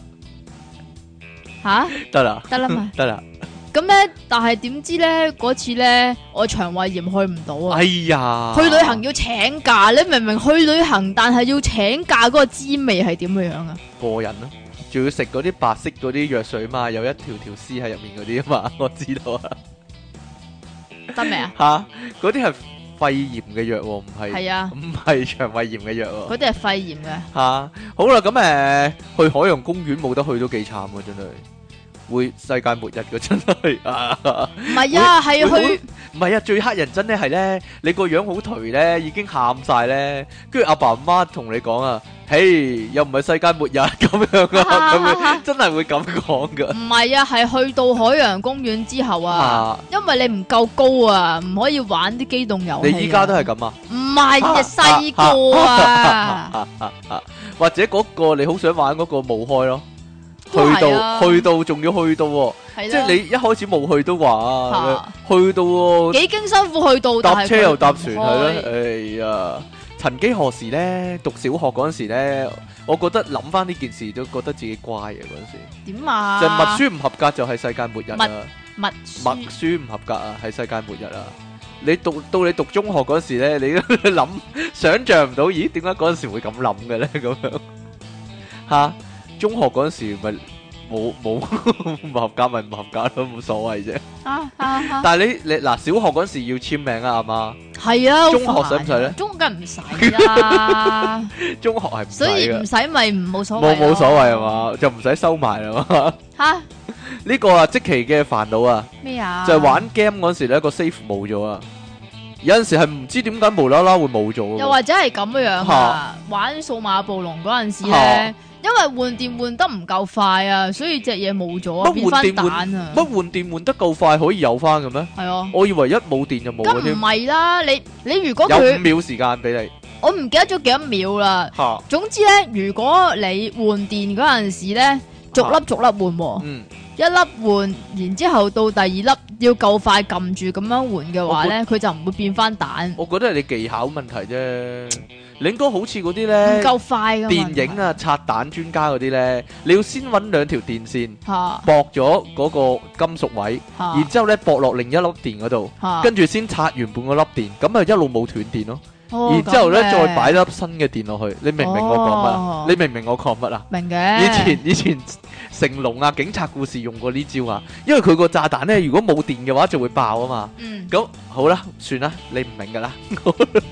Speaker 1: 吓，
Speaker 2: 得啦，
Speaker 1: 得啦嘛。
Speaker 2: 得啦。
Speaker 1: 咁咧，但系点知咧嗰次咧，我肠胃炎去唔到啊。
Speaker 2: 哎呀，
Speaker 1: 去旅行要請假，你明明去旅行，但係要請假嗰個滋味係點樣啊？
Speaker 2: 过瘾咯，仲要食嗰啲白色嗰啲药水嘛，有一條條絲喺入面嗰啲啊嘛， 我知道啊。
Speaker 1: 得未啊？
Speaker 2: 吓，嗰啲係肺炎嘅藥喎，唔係
Speaker 1: 係啊，
Speaker 2: 唔係腸胃炎嘅藥喎。
Speaker 1: 嗰啲係肺炎 嘅，
Speaker 2: 吓、好啦，咁誒、去海洋公園冇得去都幾慘啊，真係會世界末日嘅真係 啊！
Speaker 1: 唔係啊，係
Speaker 2: 會
Speaker 1: 去
Speaker 2: 唔係啊，最黑人真咧係咧，你個樣好頹咧，已經喊晒咧，跟住阿爸阿媽同你講啊，嘿，又唔係世界末日 咁樣 啊，咁樣真係會咁講噶。
Speaker 1: 唔係啊，係去到海洋公園之後啊，
Speaker 2: 啊，
Speaker 1: 因為你唔夠高啊，唔可以玩啲機動遊戲啊。
Speaker 2: 你依家都係咁啊？
Speaker 1: 唔係啊，細個啊，
Speaker 2: 或者嗰個你好想玩嗰個冇開咯，去
Speaker 1: 都係
Speaker 2: 到
Speaker 1: 啊
Speaker 2: 去到仲要去到喎，
Speaker 1: 係
Speaker 2: 即
Speaker 1: 啦
Speaker 2: 係，你一開始冇去都話
Speaker 1: 嚇，
Speaker 2: 去到喎
Speaker 1: 幾經辛苦去到，但
Speaker 2: 搭
Speaker 1: 係
Speaker 2: 車
Speaker 1: 佢
Speaker 2: 又搭
Speaker 1: 唔
Speaker 2: 船係
Speaker 1: 開
Speaker 2: 啦，哎呀！曾幾何時咧，讀小學嗰陣時咧，我覺得諗翻呢件事都覺得自己乖嘅嗰陣時，
Speaker 1: 點啊？
Speaker 2: 就默書唔合格就係世界末日啦，
Speaker 1: 默
Speaker 2: 默
Speaker 1: 書
Speaker 2: 書唔合格啊係世界末日啊！你讀到你讀中學嗰陣時咧，你諗 想像唔到，咦？點解嗰陣時會咁諗嘅咧？咁樣嚇，中學嗰陣時咪冇 冇唔合格咪唔合格咯，冇所謂啫。
Speaker 1: 啊啊 啊！
Speaker 2: 但係你你嗱小學嗰陣時要簽名啊，阿媽。
Speaker 1: 系啊，好
Speaker 2: 中學
Speaker 1: 煩
Speaker 2: 使唔使咧
Speaker 1: 啊中梗唔使 啦，
Speaker 2: 中學係唔使
Speaker 1: 所以
Speaker 2: 嘅
Speaker 1: 唔，使咪唔冇所
Speaker 2: 冇
Speaker 1: 謂咯
Speaker 2: 冇所謂係？嘛，就唔使收埋啦 嘛。
Speaker 1: 吓
Speaker 2: 呢個啊，即期嘅煩惱啊，
Speaker 1: 咩啊？
Speaker 2: 就係玩 game 嗰時咧個 save 冇咗啊。有陣時係唔知點解無啦啦會冇咗
Speaker 1: 又
Speaker 2: 嘅
Speaker 1: 或者係咁樣啊？玩數碼暴龍嗰陣時咧，因為換電換得唔夠快啊，所以隻嘢冇咗啊，
Speaker 2: 乜
Speaker 1: 變
Speaker 2: 換
Speaker 1: 翻
Speaker 2: 電換
Speaker 1: 蛋啊
Speaker 2: 喎。，乜換電換得夠快可以有翻嘅咩？
Speaker 1: 係啊。
Speaker 2: 我以為一冇電就冇
Speaker 1: 咁
Speaker 2: 嘅
Speaker 1: 唔
Speaker 2: 添，
Speaker 1: 係啦，你你如果
Speaker 2: 有五
Speaker 1: 佢，
Speaker 2: 秒時間俾你
Speaker 1: 我唔記得咗幾多秒啦。
Speaker 2: 嚇。
Speaker 1: 總之咧，如果你換電嗰陣時咧，逐粒逐粒換喎。
Speaker 2: 嗯，
Speaker 1: 一粒換，然之後到第二粒要夠快撳住咁樣換嘅話咧，佢就唔會變翻蛋，唔
Speaker 2: 我覺得係你技巧問題啫。你應該好似嗰啲咧
Speaker 1: 夠快噶嘛。
Speaker 2: 電影啊拆彈專家嗰啲咧，你要先揾兩條電線
Speaker 1: 嚇，
Speaker 2: 駁咗嗰個金屬位。
Speaker 1: 嚇
Speaker 2: 然之後咧駁落另一粒電嗰度，
Speaker 1: 嚇
Speaker 2: 跟住先拆原本嗰粒電，咁啊一路冇斷電咯。
Speaker 1: 哦
Speaker 2: 然之後咧
Speaker 1: 咁嘅
Speaker 2: 再擺粒新嘅電落去，你明唔明我講乜啊
Speaker 1: 哦？
Speaker 2: 你明唔明我講乜啊？
Speaker 1: 明嘅。
Speaker 2: 以前以前 成龍啊警察故事用過呢招啊，因為佢個炸彈咧如果冇電嘅話就會爆啊嘛。
Speaker 1: 嗯
Speaker 2: 咁好啦，算啦，你唔明噶啦。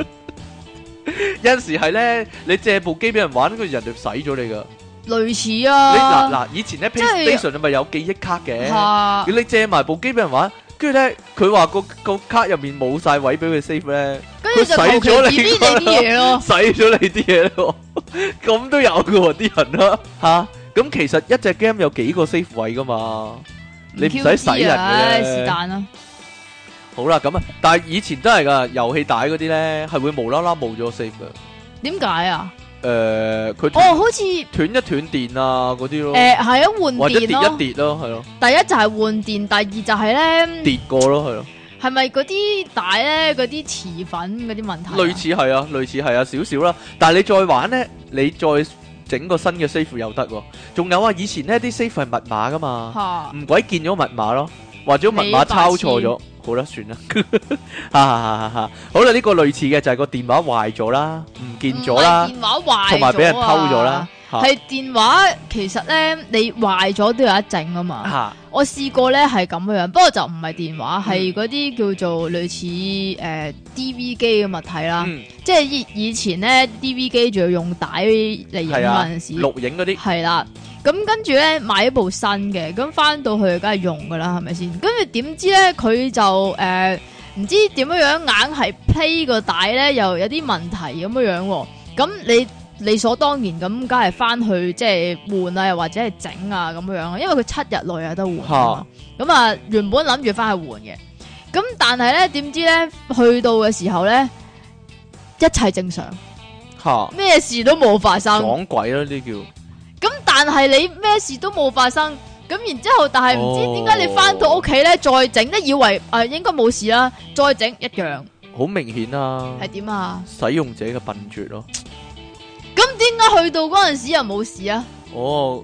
Speaker 2: 有陣時係咧，你借部機俾人玩，跟住人哋洗咗你噶。
Speaker 1: 類似
Speaker 2: 你
Speaker 1: 啊，
Speaker 2: 嗱嗱，以前咧
Speaker 1: 即係
Speaker 2: PlayStation 咪有記憶卡嘅。
Speaker 1: 嚇
Speaker 2: 你借埋部機俾人玩，跟住咧佢話個個卡入面冇晒位俾佢 save 咧，
Speaker 1: 跟住就
Speaker 2: 佢
Speaker 1: 求
Speaker 2: 洗
Speaker 1: 其
Speaker 2: 咗你
Speaker 1: delete 你啲嘢咯，
Speaker 2: 洗咗你啲嘢咯， 咁都有嘅喎啲人啦吓。咁其實一隻 game 有幾個 save 位噶嘛， 你唔使洗人
Speaker 1: 啊唉是
Speaker 2: 嘅啫。
Speaker 1: 但啦，
Speaker 2: 好啦，咁啊，但係以前真係噶，遊戲帶嗰啲咧係會無啦啦冇咗 save 嘅。
Speaker 1: 點解 啊？
Speaker 2: 誒，佢
Speaker 1: 哦，
Speaker 2: 斷
Speaker 1: 好似
Speaker 2: 斷一斷電啊嗰啲咯，
Speaker 1: 誒係啊，換
Speaker 2: 或者跌
Speaker 1: 電
Speaker 2: 一
Speaker 1: 咯。
Speaker 2: 跌咯，係咯，
Speaker 1: 第一就係換電，第二就係咧，
Speaker 2: 跌過咯，係咯。
Speaker 1: 係咪嗰啲帶咧嗰啲磁粉嗰啲問題啊？
Speaker 2: 類似係啊，類似係啊，少少啦。但係你再玩呢，你再整個新嘅 save 又得喎。仲有啊，以前呢啲 save 係密碼噶嘛，
Speaker 1: 嚇
Speaker 2: 唔鬼見咗密碼咯，或者密碼抄錯咗。好啦， 算啦，哈哈哈哈！好啦，呢、個類似嘅就係個電話壞咗啦，唔見咗啦
Speaker 1: 唔係，電話壞咗啊
Speaker 2: 同埋俾人偷咗啦。嚇
Speaker 1: 係電話，其實咧你壞咗都有一整啊嘛。
Speaker 2: 嚇
Speaker 1: 我試過咧係咁樣，不過就唔係電話，
Speaker 2: 嗯
Speaker 1: 係嗰啲叫做類似誒、呃 DV 機嘅物體啦。
Speaker 2: 嗯
Speaker 1: 即係以以前咧 DV 機仲要用帶嚟影
Speaker 2: 係啊
Speaker 1: 嗰陣時，
Speaker 2: 錄影嗰啲
Speaker 1: 係啦。咁跟住咧買咗部新嘅，咁翻到去梗係用噶啦，係咪先？跟住點知咧佢就誒唔、知點樣樣硬係 play 個帶咧，又有啲問題咁樣樣喎。咁你理所當然咁，梗係翻去即係換啊，又或者係整啊咁樣樣，因為佢七日內有得換啊嘛。咁啊，原本諗住翻去換嘅，咁但係咧點知咧去到嘅時候咧，一切正常，
Speaker 2: 嚇
Speaker 1: 咩事都冇發生。
Speaker 2: 撞鬼啦，呢啲
Speaker 1: 咁但系你咩事都冇發生，咁然之后但係唔知點解你翻到屋企咧，再整咧以為诶、呃、应该冇事啦，再整一樣，
Speaker 2: 好明顯啊，
Speaker 1: 系点啊？
Speaker 2: 使用者嘅笨拙咯。
Speaker 1: 咁点解去到嗰阵时又冇事啊？
Speaker 2: 哦，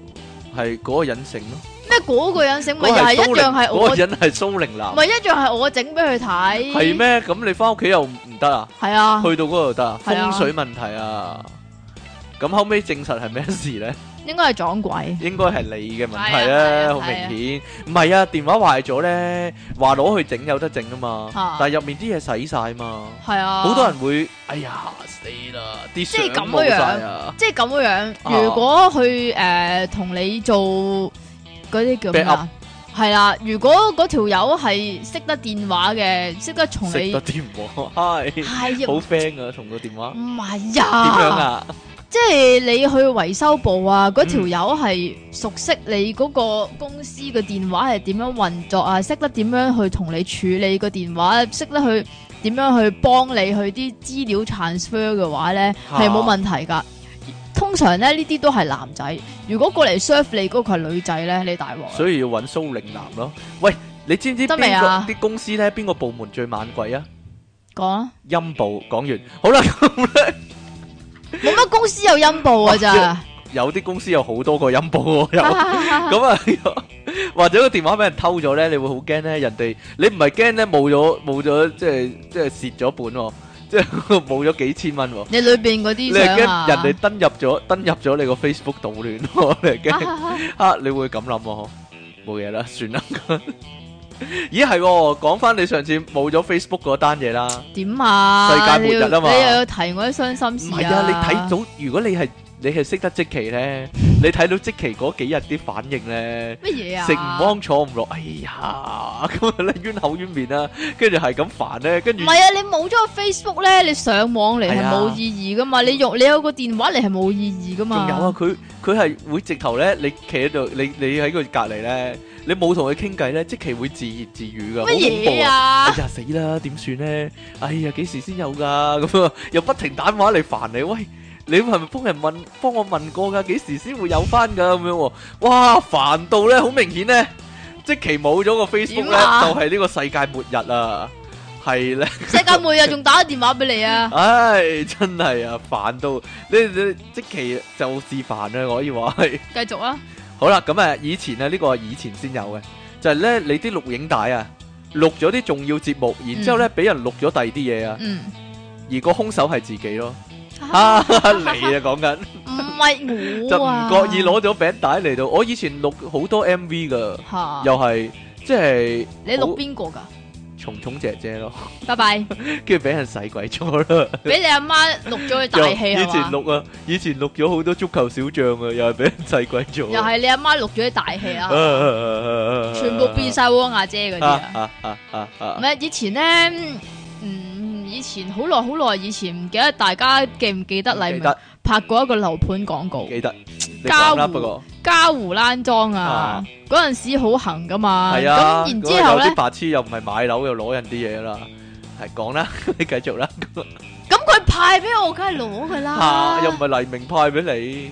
Speaker 2: 係嗰個人性咯，
Speaker 1: 咩嗰個人醒啊咪又
Speaker 2: 嗰
Speaker 1: 係一
Speaker 2: 個係蘇
Speaker 1: 樣
Speaker 2: 寧
Speaker 1: 係
Speaker 2: 嗰
Speaker 1: 我
Speaker 2: 個，人係蘇寧男，
Speaker 1: 咪一樣係我整俾佢睇。
Speaker 2: 係？咩？咁你翻屋企又唔得啊？
Speaker 1: 係啊，
Speaker 2: 去到嗰度得啊？
Speaker 1: 係啊
Speaker 2: 風水問題啊！咁後尾證實係咩事 咧？
Speaker 1: 應該係撞鬼。
Speaker 2: 應該係你嘅問題
Speaker 1: 係啊係
Speaker 2: 啦，
Speaker 1: 啊
Speaker 2: 好明顯。唔係啊，電話壞咗咧，話攞去整有得整啊嘛，
Speaker 1: 啊
Speaker 2: 但係入面啲嘢洗晒嘛，
Speaker 1: 係啊，
Speaker 2: 好多人會哎呀死啦，啲
Speaker 1: 即係
Speaker 2: 相
Speaker 1: 咁
Speaker 2: 冇
Speaker 1: 樣
Speaker 2: 晒啊
Speaker 1: 即係咁樣。
Speaker 2: 啊
Speaker 1: 如果佢誒同你做嗰啲叫咩
Speaker 2: Back
Speaker 1: 啊？係啦，如果嗰條友係識得電話嘅，識得同
Speaker 2: 食
Speaker 1: 你
Speaker 2: 得電 話，係
Speaker 1: 係
Speaker 2: 好
Speaker 1: 啊，
Speaker 2: friend 啊，同個電話
Speaker 1: 唔係
Speaker 2: 點樣
Speaker 1: 啊？
Speaker 2: 啊？
Speaker 1: 即係你去維修部啊，嗰條友係熟悉你嗰個公司嘅電話係點樣運作啊，識得點樣去同你處理個電話，識得去點樣去幫你去啲資料 transfer 嘅話呢，
Speaker 2: 嚇
Speaker 1: 係冇問題㗎。通常咧呢啲都係男仔，如果過嚟 serve 你嗰個係女仔呢，你大鑊啊啦。
Speaker 2: 所以要揾蘇寧男咯。喂，你知唔知
Speaker 1: 得
Speaker 2: 邊
Speaker 1: 未啊
Speaker 2: 個啲公司咧？邊個部門最猛鬼啊？
Speaker 1: 講啊，
Speaker 2: 陰部講完，好啦， 咁咧
Speaker 1: 冇乜公司有陰部啊㗎咋，
Speaker 2: 有啲公司有好多個陰部喎， 有。
Speaker 1: 咁
Speaker 2: 啊咁啊， 或者個電話俾人偷咗咧，你會好驚咧。人哋你唔係驚咧冇咗冇咗，即係即係蝕咗本喎，即係 冇咗幾千蚊喎。
Speaker 1: 你裏邊嗰啲
Speaker 2: 你係
Speaker 1: 相啊
Speaker 2: 驚，人哋登入哋登入咗你個 Facebook 搗亂喎，你 係驚 啊？你會咁諗喎？冇嘢啦， 算啦。咦係喎，講翻你上次冇咗 Facebook 嗰單嘢啦。
Speaker 1: 點啊？
Speaker 2: 世界末日啊嘛
Speaker 1: 你又你又要提我啲傷
Speaker 2: 唔
Speaker 1: 心事
Speaker 2: 係啊，你睇到如果你係你係識得即期咧，你睇到即期嗰幾日啲反應咧。
Speaker 1: 乜嘢啊？
Speaker 2: 食唔安坐唔落，哎呀，咁樣咧冤口冤面啦，跟住係咁煩咧，跟
Speaker 1: 唔
Speaker 2: 住
Speaker 1: 係啊，你冇咗個 Facebook 咧，你上網嚟係
Speaker 2: 係啊
Speaker 1: 冇意義噶嘛？你用你有個電話嚟係冇意義噶
Speaker 2: 仲
Speaker 1: 嘛？
Speaker 2: 有啊，佢佢係會直頭咧，你企喺度，你你喺佢隔離咧，你冇同佢傾偈咧，即其會自言自語噶，好
Speaker 1: 乜
Speaker 2: 恐怖
Speaker 1: 嘢
Speaker 2: 啊！
Speaker 1: 啊
Speaker 2: 哎？呀死啦，點算咧？哎呀幾時先有㗎？咁啊，又不停打電話嚟煩你，喂，你係咪幫人問幫我問過㗎？幾時先會有翻㗎？咁樣喎，哇煩到咧，好明顯咧，即其冇咗個 Facebook 咧，
Speaker 1: 點啊
Speaker 2: 就係呢個世界末日啊，係咧。
Speaker 1: 世界末日仲打個電話俾你 啊？
Speaker 2: 唉，真係啊，煩到你你即其就是煩啊，我可以話係。
Speaker 1: 繼續啊！
Speaker 2: 好啦，咁啊，以前啊，呢、個係以前先有嘅，就係呢，咧你啲錄影帶啊，錄咗啲重要節目，然之後咧俾人錄咗第二啲嘢啊，
Speaker 1: 嗯，
Speaker 2: 而個兇手係自己 咯。啊，你啊講緊
Speaker 1: 唔係
Speaker 2: 就
Speaker 1: 我
Speaker 2: 唔
Speaker 1: 啊，
Speaker 2: 覺意攞咗餅帶嚟到，我以前錄好多 M V 噶，
Speaker 1: 吓，
Speaker 2: 又係即係
Speaker 1: 你錄
Speaker 2: 好
Speaker 1: 邊個噶？
Speaker 2: 蟲蟲姐姐咯，
Speaker 1: 拜拜，
Speaker 2: 跟住俾人洗鬼咗啦。
Speaker 1: 俾你阿媽錄咗佢大戲
Speaker 2: 又以
Speaker 1: 係
Speaker 2: 前
Speaker 1: 嘛？
Speaker 2: 錄啊，以前錄咗好多足球小將啊，又係俾人制鬼咗。
Speaker 1: 又係你阿媽錄咗啲大 戲啊，
Speaker 2: 啊，
Speaker 1: 全部變晒汪亞姐嗰啲啊！
Speaker 2: 啊啊啊
Speaker 1: 唔
Speaker 2: 啊！
Speaker 1: 係以前咧，嗯，以前好耐好耐以前，唔記得大家記唔記得黎
Speaker 2: 記
Speaker 1: 明
Speaker 2: 得
Speaker 1: 拍過一個樓盤廣告，
Speaker 2: 記得，你講啦，不過
Speaker 1: 嘉湖欄莊啊
Speaker 2: 啊，
Speaker 1: 嗰陣時好行噶嘛。
Speaker 2: 係啊，
Speaker 1: 咁然之後
Speaker 2: 嗰個有啲
Speaker 1: 咧，
Speaker 2: 白痴又唔係買樓又攞人啲嘢啦，係講啦， 你繼續啦，
Speaker 1: 咁佢派俾我，梗係攞噶 啦
Speaker 2: 嚇。啊又唔係黎明派俾你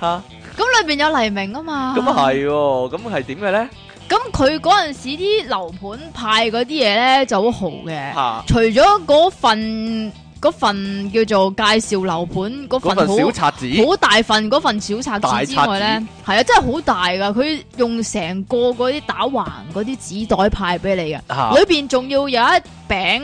Speaker 2: 嚇，
Speaker 1: 咁裏邊有黎明啊嘛。
Speaker 2: 咁係喎，咁係點嘅咧
Speaker 1: 咁佢嗰陣時啲樓盤派嗰啲嘢咧就好豪嘅，
Speaker 2: 嚇？
Speaker 1: 除咗嗰份嗰份叫做介紹樓盤嗰份
Speaker 2: 嗰份
Speaker 1: 好
Speaker 2: 小冊子
Speaker 1: 好大份嗰份小冊
Speaker 2: 大冊
Speaker 1: 子之外咧，係啊，真係好大噶。佢用成個嗰啲打橫嗰啲紙袋派俾你嘅，
Speaker 2: 嚇
Speaker 1: 裏邊仲要有一餅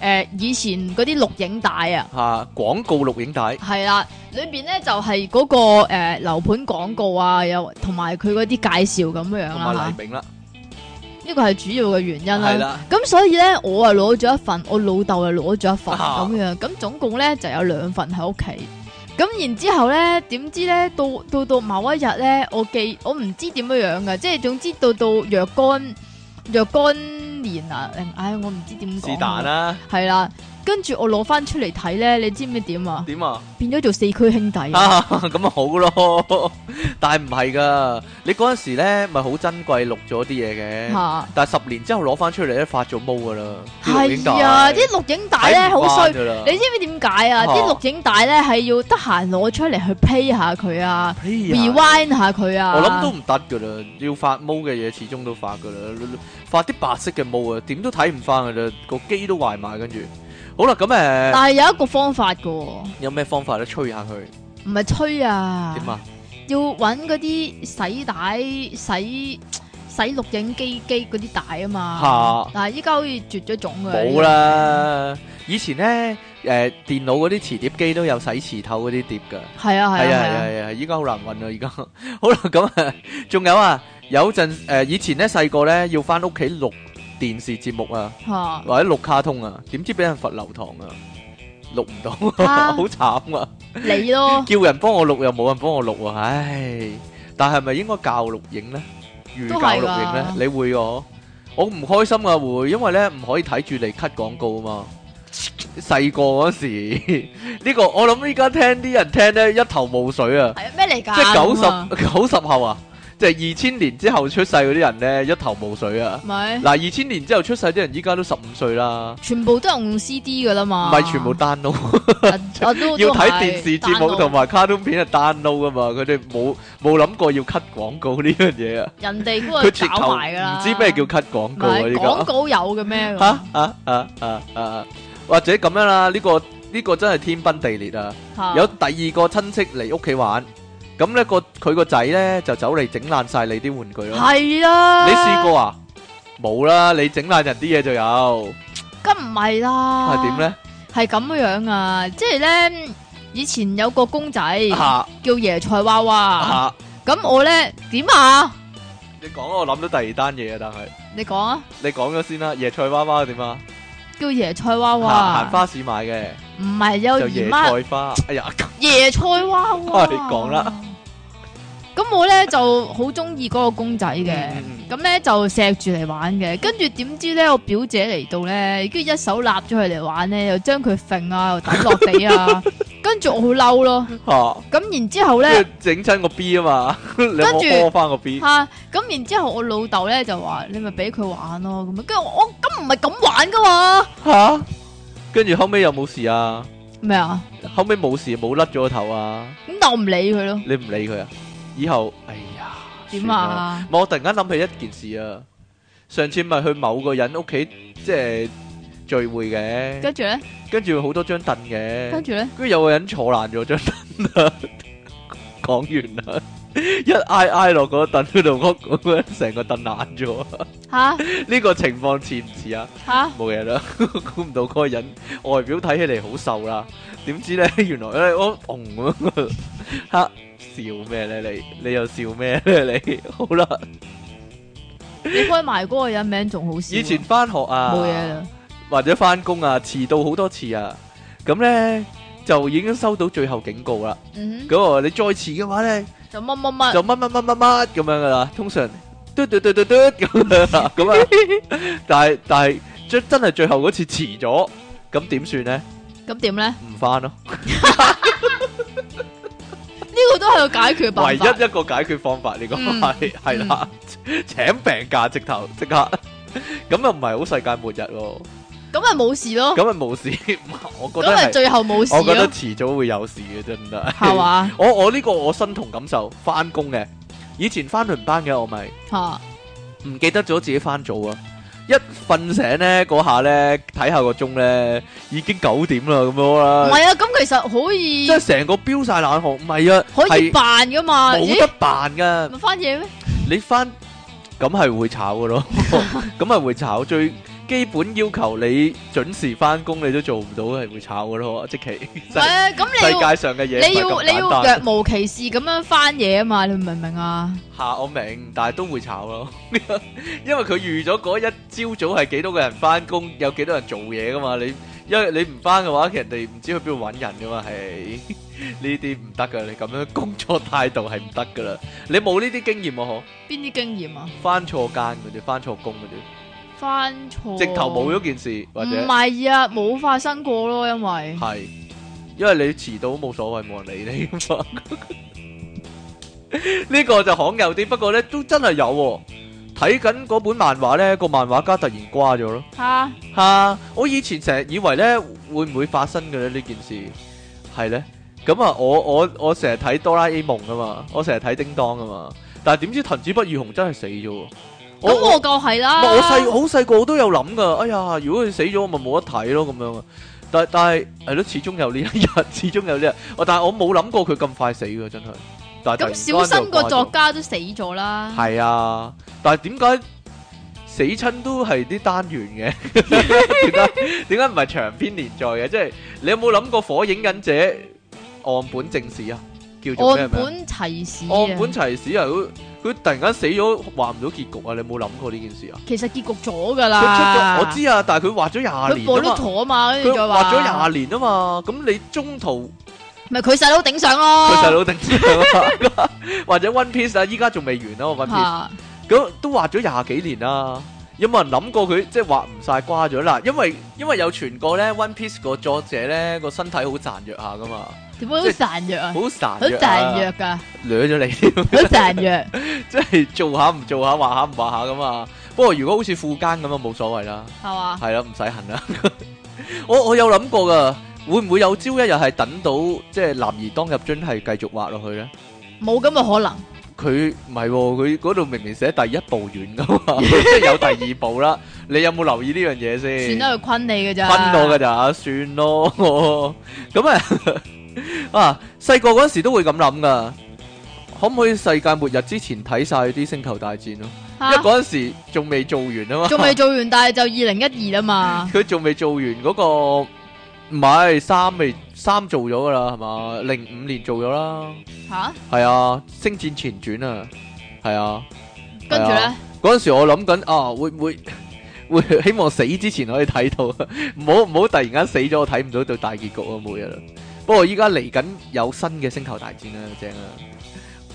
Speaker 1: 诶、呃以前嗰啲錄影帶啊，
Speaker 2: 嚇廣告錄影帶
Speaker 1: 係啦，裏邊咧就係嗰、個个诶楼盤廣告啊，又同埋佢嗰啲介紹咁樣
Speaker 2: 同
Speaker 1: 啦
Speaker 2: 埋
Speaker 1: 嚇
Speaker 2: 黎明啦，
Speaker 1: 呢個係主要嘅原因
Speaker 2: 係
Speaker 1: 啦。
Speaker 2: 啦，
Speaker 1: 咁所以咧，我啊攞咗一份，我老豆啊攞咗一份
Speaker 2: 啊
Speaker 1: 咁樣，咁總共咧就有兩份喺屋企。咁然之後咧，點知咧到到到某一日咧，我記我唔知點樣樣嘅，即係總之到到若干若干年啊，唉，我唔知點講。啊
Speaker 2: 是但。啦，
Speaker 1: 係啦，跟住我攞翻出嚟睇咧，你知唔知點啊？
Speaker 2: 點啊？
Speaker 1: 變咗做四驅兄弟啊！
Speaker 2: 啊， 咁啊好咯，但系唔係噶，你嗰阵时咧咪好珍貴錄咗啲嘢嘅，
Speaker 1: 嚇，
Speaker 2: 但系十年之後攞翻出嚟咧發咗毛噶啦，啲錄影帶
Speaker 1: 係啊，啲錄影帶咧好衰。
Speaker 2: 哎睇唔返㗎啦
Speaker 1: 你知唔知點解啊？
Speaker 2: 啊
Speaker 1: 啲錄影帶咧係要得閒攞出嚟去 play 下佢啊
Speaker 2: 哎呀
Speaker 1: ，rewind 下佢啊。
Speaker 2: 我諗都唔得噶啦，要發毛嘅嘢始終都發噶啦，發啲白色嘅毛啊，點都睇唔翻噶啦，個機都壞埋跟住。好啦，咁诶，
Speaker 1: 但系有一個方法噶，唔
Speaker 2: 有咩方法咧？吹下佢
Speaker 1: 係吹啊，
Speaker 2: 點啊？
Speaker 1: 要揾嗰啲洗帶、洗洗錄影機機嗰啲帶啊嘛
Speaker 2: 嚇。
Speaker 1: 但係依家好似絕咗種嘅。
Speaker 2: 冇。啦。以前咧，诶，電腦嗰啲磁碟機都有洗磁透嗰啲碟㗎。
Speaker 1: 係啊係
Speaker 2: 系啊
Speaker 1: 啊
Speaker 2: 系
Speaker 1: 係
Speaker 2: 啊
Speaker 1: 啊。
Speaker 2: 系啊，依家好難揾啊！而家 好啦，咁啊，仲有啊，有陣诶、呃以前咧細個咧要翻屋企錄電視節目啊，
Speaker 1: 嚇
Speaker 2: 或者錄卡通啊，點知俾人罰留堂啊，錄唔到，
Speaker 1: 啊
Speaker 2: 好慘啊！
Speaker 1: 你咯，
Speaker 2: 叫人幫我錄又冇人幫我錄喎、唉！但係咪應該教錄影咧？預教錄影咧
Speaker 1: 都係㗎？
Speaker 2: 你會我我唔開心啊會，因為咧唔可以睇住你 cut 廣告啊嘛。細個嗰時， 呢、個我諗依家聽啲人聽咧一頭霧水啊！
Speaker 1: 係啊咩嚟㗎？
Speaker 2: 即係九
Speaker 1: 咁啊
Speaker 2: 十九十後啊，即係二千年之後出世嗰啲人咧，一頭霧水啊！
Speaker 1: 咪
Speaker 2: 嗱，二千年之後出世啲人依家都十五歲啦，
Speaker 1: 全部都係用 CD 噶啦
Speaker 2: 唔
Speaker 1: 嘛。
Speaker 2: 係全部 download。
Speaker 1: 我都
Speaker 2: 要睇
Speaker 1: 電
Speaker 2: 電視節目同埋卡通片係 download 噶嘛，佢哋冇冇諗過要 cut 廣告呢樣嘢啊！
Speaker 1: 人哋嗰
Speaker 2: 佢
Speaker 1: 個
Speaker 2: 直
Speaker 1: 搞
Speaker 2: 頭
Speaker 1: 埋㗎
Speaker 2: 唔
Speaker 1: 啦。
Speaker 2: 知咩叫 cut 廣告啊！
Speaker 1: 唔係
Speaker 2: 呢
Speaker 1: 廣
Speaker 2: 個
Speaker 1: 告有嘅咩？
Speaker 2: 嚇啊啊啊啊啊！或者咁樣啦，呢個呢個真係天崩地裂啊！
Speaker 1: 嚇
Speaker 2: 有第二個親戚嚟屋企玩，咁咧個佢個仔咧就走嚟整爛晒你啲玩具咯。
Speaker 1: 係啦。
Speaker 2: 你試？過啊？冇啦，你整爛人啲嘢就有，
Speaker 1: 梗唔係啦。
Speaker 2: 係點？咧？
Speaker 1: 系咁样啊，即系咧，以前有个公仔
Speaker 2: 嚇
Speaker 1: 叫椰菜娃娃，
Speaker 2: 嚇！
Speaker 1: 咁我咧点啊？
Speaker 2: 你講我諗到第二單嘢啊，但係
Speaker 1: 你讲啊，
Speaker 2: 你講咗先啦，椰菜娃娃點啊？
Speaker 1: 叫椰菜娃
Speaker 2: 行行
Speaker 1: 娃，
Speaker 2: 花市買嘅，
Speaker 1: 唔系有
Speaker 2: 就
Speaker 1: 姨
Speaker 2: 椰
Speaker 1: 妈
Speaker 2: 菜花。哎呀，
Speaker 1: 椰菜娃 娃，
Speaker 2: 你講啦。
Speaker 1: 咁我咧就好中意嗰个公仔嘅
Speaker 2: 嗯嗯，嗯
Speaker 1: 咁咧就錫住嚟玩嘅，跟住點知咧我表姐嚟到咧，跟住一手揦咗佢嚟玩咧，又將佢揈啊，又抌落地 啊，跟住我好嬲咯，
Speaker 2: 吓，
Speaker 1: 咁然之後咧
Speaker 2: 跟。住整親個 B 啊嘛，你有冇屙翻個 B？
Speaker 1: 吓咁、然之後我老豆咧就話：你咪俾佢玩咯，咁樣跟住我我咁唔係咁玩噶嘛？
Speaker 2: 吓，跟住後尾有冇事啊？
Speaker 1: 咩啊？
Speaker 2: 後尾冇事，冇甩咗個頭啊？
Speaker 1: 咁但我唔理佢咯，
Speaker 2: 你唔理佢啊？以後，哎呀，
Speaker 1: 點
Speaker 2: 算啦？
Speaker 1: 啊？
Speaker 2: 我突然間諗起一件事啊，上次咪去某個人屋企即係聚會嘅，
Speaker 1: 跟住咧，
Speaker 2: 跟住好多張凳
Speaker 1: 跟
Speaker 2: 嘅，
Speaker 1: 住咧，
Speaker 2: 跟住有個人坐爛咗張凳啊，講完啦。一挨挨落嗰個凳嗰度，嗰嗰個人成個凳爛咗。
Speaker 1: 吓
Speaker 2: 呢個情況似唔似啊？
Speaker 1: 吓
Speaker 2: 冇嘢啦， 估唔到嗰個人外表睇起嚟好瘦啦，點知咧原來咧我紅咁樣 嚇笑咩咧？你你又笑咩咧？你 好啦，
Speaker 1: 你開埋嗰個人名仲好笑啊。
Speaker 2: 以前翻學啊，
Speaker 1: 冇嘢啦，
Speaker 2: 或者翻工啊，遲到好多次啊，咁咧就已經收到最後警告啦。
Speaker 1: 嗯哼，
Speaker 2: 咁我話你再遲嘅話咧，
Speaker 1: 就乜乜乜，
Speaker 2: 就乜乜乜乜乜咁樣噶啦，通常嘟嘟嘟嘟嘟咁樣啦，咁啊，但係但係真真係最後嗰次遲咗，咁點算咧？
Speaker 1: 咁點咧？呢
Speaker 2: 唔翻咯，
Speaker 1: 個都係個解決
Speaker 2: 唯
Speaker 1: 辦
Speaker 2: 一
Speaker 1: 法。
Speaker 2: 一個解決方法，呢個
Speaker 1: 嗯
Speaker 2: 係係 啦，請病假直頭即刻，咁又唔係好世界末日喎，
Speaker 1: 咁咪冇事咯，
Speaker 2: 咁咪冇 事，我覺
Speaker 1: 咁
Speaker 2: 得
Speaker 1: 咪
Speaker 2: 係，
Speaker 1: 最後冇事
Speaker 2: 我覺得
Speaker 1: 咯，
Speaker 2: 遲早會有事嘅，真係。
Speaker 1: 係 嘛？
Speaker 2: 我我呢個我身同感受，翻工嘅，以前翻輪班嘅我咪。
Speaker 1: 吓
Speaker 2: 唔記得咗自己翻早啊！一瞓醒咧，嗰下咧睇下個鐘咧，已經九點啦咁樣
Speaker 1: 唔
Speaker 2: 啦，
Speaker 1: 係啊？咁其實可以
Speaker 2: 即係成個飆晒冷汗。唔係啊，
Speaker 1: 可以
Speaker 2: 係
Speaker 1: 扮噶嘛？
Speaker 2: 冇
Speaker 1: 咦
Speaker 2: 得，扮噶，
Speaker 1: 咪翻嘢咩？
Speaker 2: 你翻咁係會炒 噶咯，咁係會炒。最基本要求你準時翻工，你都做唔到，係會炒噶咯。即其
Speaker 1: 唔
Speaker 2: 世
Speaker 1: 係啊咁
Speaker 2: 世
Speaker 1: 你要。
Speaker 2: 界上嘅嘢
Speaker 1: 你
Speaker 2: 唔
Speaker 1: 要
Speaker 2: 係咁
Speaker 1: 你
Speaker 2: 簡單
Speaker 1: 要若無其事咁樣翻嘢啊嘛，你明唔明啊？
Speaker 2: 吓我明，但系都會炒咯， 因為佢預咗嗰一朝早係幾多個人翻工，有幾多人做嘢噶嘛。你因為你唔翻嘅話，其實人哋唔知去邊度揾人噶嘛。係 呢啲唔得噶，你咁樣工作態度係唔得噶啦。你冇呢啲經驗啊？
Speaker 1: 邊啲經驗啊
Speaker 2: 嗬，？翻錯間嗰啲，翻錯工嗰
Speaker 1: 翻錯
Speaker 2: 啲，直頭冇咗件事，或
Speaker 1: 唔
Speaker 2: 者
Speaker 1: 係啊，冇發生過咯，因為
Speaker 2: 係因為你遲到都冇所謂，冇人理你噶嘛。 呢個就罕有啲，不過呢都真係有喎。睇緊嗰本漫畫呢，個漫畫家突然瓜咗咯。
Speaker 1: 吓
Speaker 2: 吓、我以前成日以為咧會唔會發生嘅咧呢件事，係咧。咁啊，我我我成日睇哆啦 A 夢噶嘛，我成日睇叮當噶嘛，但係點知藤子不二雄真係死咗喎。
Speaker 1: 咁
Speaker 2: 我
Speaker 1: 我就係啦。
Speaker 2: 我細好細個我都有諗噶，哎呀，如果佢死咗，我咪冇得睇咯咁樣啊。但但係係咯，始終有呢一日， 始終有呢一日。我但係我冇諗過佢咁快死㗎，真係。但係
Speaker 1: 咁小新
Speaker 2: 個
Speaker 1: 個作家都死咗啦，
Speaker 2: 係啊，但係點解死親都係啲單元嘅？ 點解點解唔係長篇連載嘅？即係你有冇諗過《火影忍者》岸本正史啊？叫做咩
Speaker 1: 岸
Speaker 2: 名？
Speaker 1: 本齊史啊
Speaker 2: 岸本齊史啊！佢佢突然間死咗，畫唔到結局啊！你有冇諗過呢件事啊？
Speaker 1: 其實結局咗㗎
Speaker 2: 佢出
Speaker 1: 啦。
Speaker 2: 咗我知啊，但係佢畫咗廿
Speaker 1: 佢
Speaker 2: 年啊
Speaker 1: 播咗
Speaker 2: 嘛，
Speaker 1: 陀啊嘛，跟
Speaker 2: 佢
Speaker 1: 住再
Speaker 2: 畫
Speaker 1: 話
Speaker 2: 咗廿年啊嘛，咁你中途。
Speaker 1: 咪佢細佬頂上咯。
Speaker 2: 佢細佬定上啊， 或者 One Piece 啊，依家仲未完咯，One Piece
Speaker 1: 嚇
Speaker 2: 咁都畫咗廿幾年啦。有冇人諗過佢即係畫唔晒瓜咗啦？因為因為有傳過咧，One Piece 個作者咧個身體好孱弱下噶嘛，
Speaker 1: 點解好
Speaker 2: 即係
Speaker 1: 孱弱啊？
Speaker 2: 好孱
Speaker 1: 好
Speaker 2: 弱啊
Speaker 1: 孱弱，㗎，
Speaker 2: 掠咗你添，
Speaker 1: 好孱弱
Speaker 2: 即係做下唔做下，畫下唔畫下噶嘛。不過如果好似富奸咁啊，冇所謂啦，
Speaker 1: 係嘛？
Speaker 2: 係啦，唔使恨啦。我我有諗過噶，會唔會有朝一日係等到即係男兒當入樽係繼續畫落去咧？
Speaker 1: 冇咁嘅可能。
Speaker 2: 佢唔係喎，佢嗰度明明寫第一部完噶嘛， 即係有第二部啦。你有冇留意呢樣嘢
Speaker 1: 算
Speaker 2: 先？
Speaker 1: 啦，佢坤你嘅咋？
Speaker 2: 分我噶咋，算咯。 咁啊 啊，細個嗰時都會咁諗噶。可唔可以世界末日之前睇晒啲星球大戰咯？因
Speaker 1: 嚇
Speaker 2: 為嗰陣時仲未做完啊嘛，
Speaker 1: 仲未做完，但係就二零一二啦嘛。
Speaker 2: 佢仲未做完嗰、個，唔係三未三做咗噶啦，係嘛？零五年做咗啦，
Speaker 1: 吓，
Speaker 2: 係啊，《星戰前傳》啊，係啊。
Speaker 1: 跟住咧，
Speaker 2: 嗰陣時我諗緊啊，會 唔會會希望死之前可以睇到， 唔好唔好突然間死咗，我睇唔到到大結局啊，冇嘢啦。不過依家嚟緊有新嘅星球大戰啦，正啊！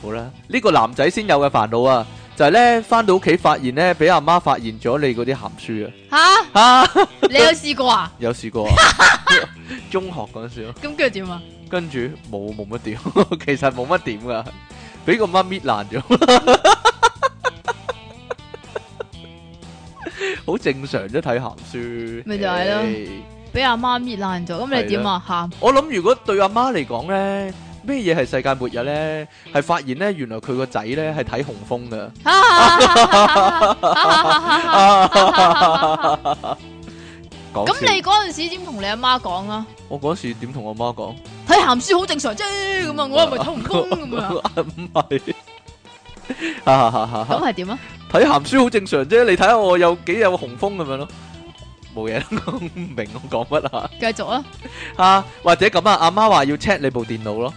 Speaker 2: 好啦，呢、個男仔先有嘅煩惱啊，就係咧翻到屋企發現咧，俾阿媽發現咗你嗰啲鹹書
Speaker 1: 吓，
Speaker 2: 啊！嚇，
Speaker 1: 你有試過啊？
Speaker 2: 有試過啊，中學嗰陣時咯，
Speaker 1: 咁跟住點啊？
Speaker 2: 跟住冇冇乜點，其實冇乜點 噶，俾個媽搣爛咗， 好正常啫，睇鹹書。
Speaker 1: 咪就係咯
Speaker 2: 唉
Speaker 1: 俾阿媽搣爛咗，咁你點 啊？喊
Speaker 2: 我諗如果對阿媽嚟講咧，咩嘢係世界末日咧？係發現咧，原來佢個仔咧係睇紅峰噶。講
Speaker 1: 咁
Speaker 2: 笑
Speaker 1: 你嗰陣時點同你阿媽講啊？
Speaker 2: 我嗰時點同我媽講？
Speaker 1: 睇鹹書好正常啫，咁啊，我又咪睇唔通咁 啊，
Speaker 2: 唔係，哈哈哈哈
Speaker 1: 咁係點啊？
Speaker 2: 睇鹹書好正常啫，你睇下我有幾有雄風咁樣咯，冇嘢啦， 我唔明我講乜啦
Speaker 1: 繼續啊，
Speaker 2: 啊，或者咁啊，阿媽話要 check 你部電腦咯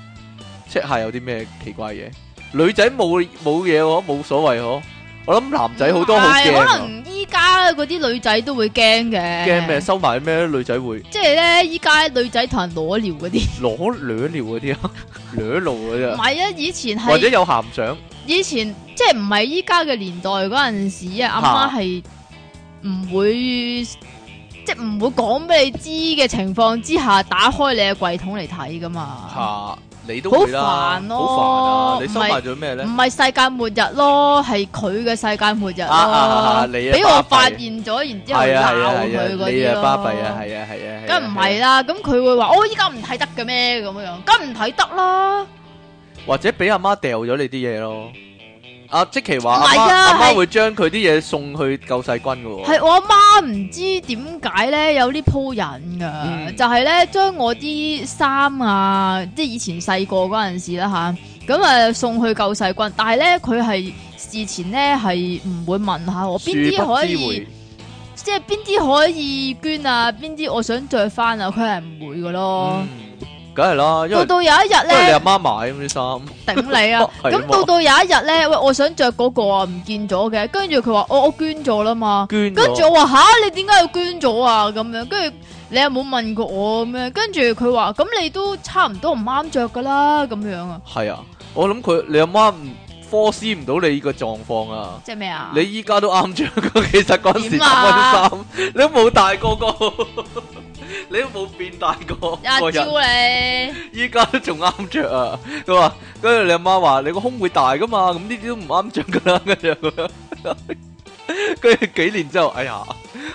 Speaker 2: ，check 下有啲咩奇怪嘢，女仔冇冇嘢喎，冇所謂嗬，我諗男仔好多好
Speaker 1: 係
Speaker 2: 驚
Speaker 1: 可
Speaker 2: 啊，
Speaker 1: 能依家嗰啲女仔都會驚嘅，
Speaker 2: 驚咩？？收埋咩？女仔會
Speaker 1: 即係咧，依家女仔同人裸聊嗰啲，
Speaker 2: 攞掠尿嗰啲啊， 掠路嗰啲
Speaker 1: 唔
Speaker 2: 啊，
Speaker 1: 係啊，以前
Speaker 2: 或者
Speaker 1: 係
Speaker 2: 有鹹相，
Speaker 1: 以前即係唔係依家嘅年代嗰陣時啊，阿媽係唔會即係唔會講俾你知嘅情況之下，打開你嘅櫃桶嚟睇噶嘛。
Speaker 2: 嚇你都會啦
Speaker 1: 好，煩咯
Speaker 2: 好煩啊！你收
Speaker 1: 唔係
Speaker 2: 埋咗咩咧
Speaker 1: 唔？係世界末日咯，係佢嘅世界末日
Speaker 2: 啊啊啊啊
Speaker 1: 咯，
Speaker 2: 你啊
Speaker 1: 俾我發
Speaker 2: 巴閉
Speaker 1: 現咗，然之後
Speaker 2: 係啊係啊
Speaker 1: 鬧
Speaker 2: 係
Speaker 1: 佢
Speaker 2: 啊，
Speaker 1: 嗰
Speaker 2: 你
Speaker 1: 啲咯。
Speaker 2: 啊巴閉啊，係啊係啊，係啊
Speaker 1: 梗唔係啦，咁佢會話：哦我依家唔睇得嘅咩？咁樣，梗唔睇得啦。
Speaker 2: 或者俾阿媽掉咗你啲嘢咯。阿即奇話
Speaker 1: 唔係
Speaker 2: 阿媽
Speaker 1: 㗎
Speaker 2: 阿媽
Speaker 1: 係
Speaker 2: 會將佢啲嘢送去救世軍嘅喎。
Speaker 1: 係我阿媽唔知點解咧有呢鋪癮噶，
Speaker 2: 嗯
Speaker 1: 就係咧將我啲衫啊，即係以前細個嗰陣時啦吓，咁啊送去救世軍，但係咧佢係事前咧係唔會問下我邊啲
Speaker 2: 殊不
Speaker 1: 可
Speaker 2: 知
Speaker 1: 以
Speaker 2: 會。
Speaker 1: 即係邊啲可以捐啊，邊啲我想着翻啊，佢係唔會噶咯。
Speaker 2: 嗯，梗係啦，因為
Speaker 1: 哦到到有一日
Speaker 2: 因為你
Speaker 1: 咧
Speaker 2: 阿，媽買咁啲衫，
Speaker 1: 頂你
Speaker 2: ！
Speaker 1: 啊
Speaker 2: 係嘛
Speaker 1: 咁到到有一日咧，喂，我想着嗰個啊，唔見咗嘅，跟住佢話哦我我捐咗啦嘛，
Speaker 2: 捐
Speaker 1: 跟住
Speaker 2: 咗。
Speaker 1: 我話吓你點解要捐咗啊咁樣，跟住你有冇問過我咁樣，跟住佢話咁你都差唔多唔啱着噶啦咁樣啊，
Speaker 2: 係啊，我諗佢你阿媽唔科思唔到你個狀況啊。
Speaker 1: 即係咩啊？
Speaker 2: 你依家都啱着㗎，其實嗰陣時
Speaker 1: 點
Speaker 2: 咁啲
Speaker 1: 啊
Speaker 2: 衫，你都冇大個 個，你都冇變大個
Speaker 1: 阿
Speaker 2: 個
Speaker 1: 招
Speaker 2: 人。
Speaker 1: 你
Speaker 2: 依家都仲啱着啊！佢話，跟住你阿媽話你個胸會大噶嘛，咁呢啲都唔啱着噶啦， 跟住咁樣。跟住幾年之後，哎呀，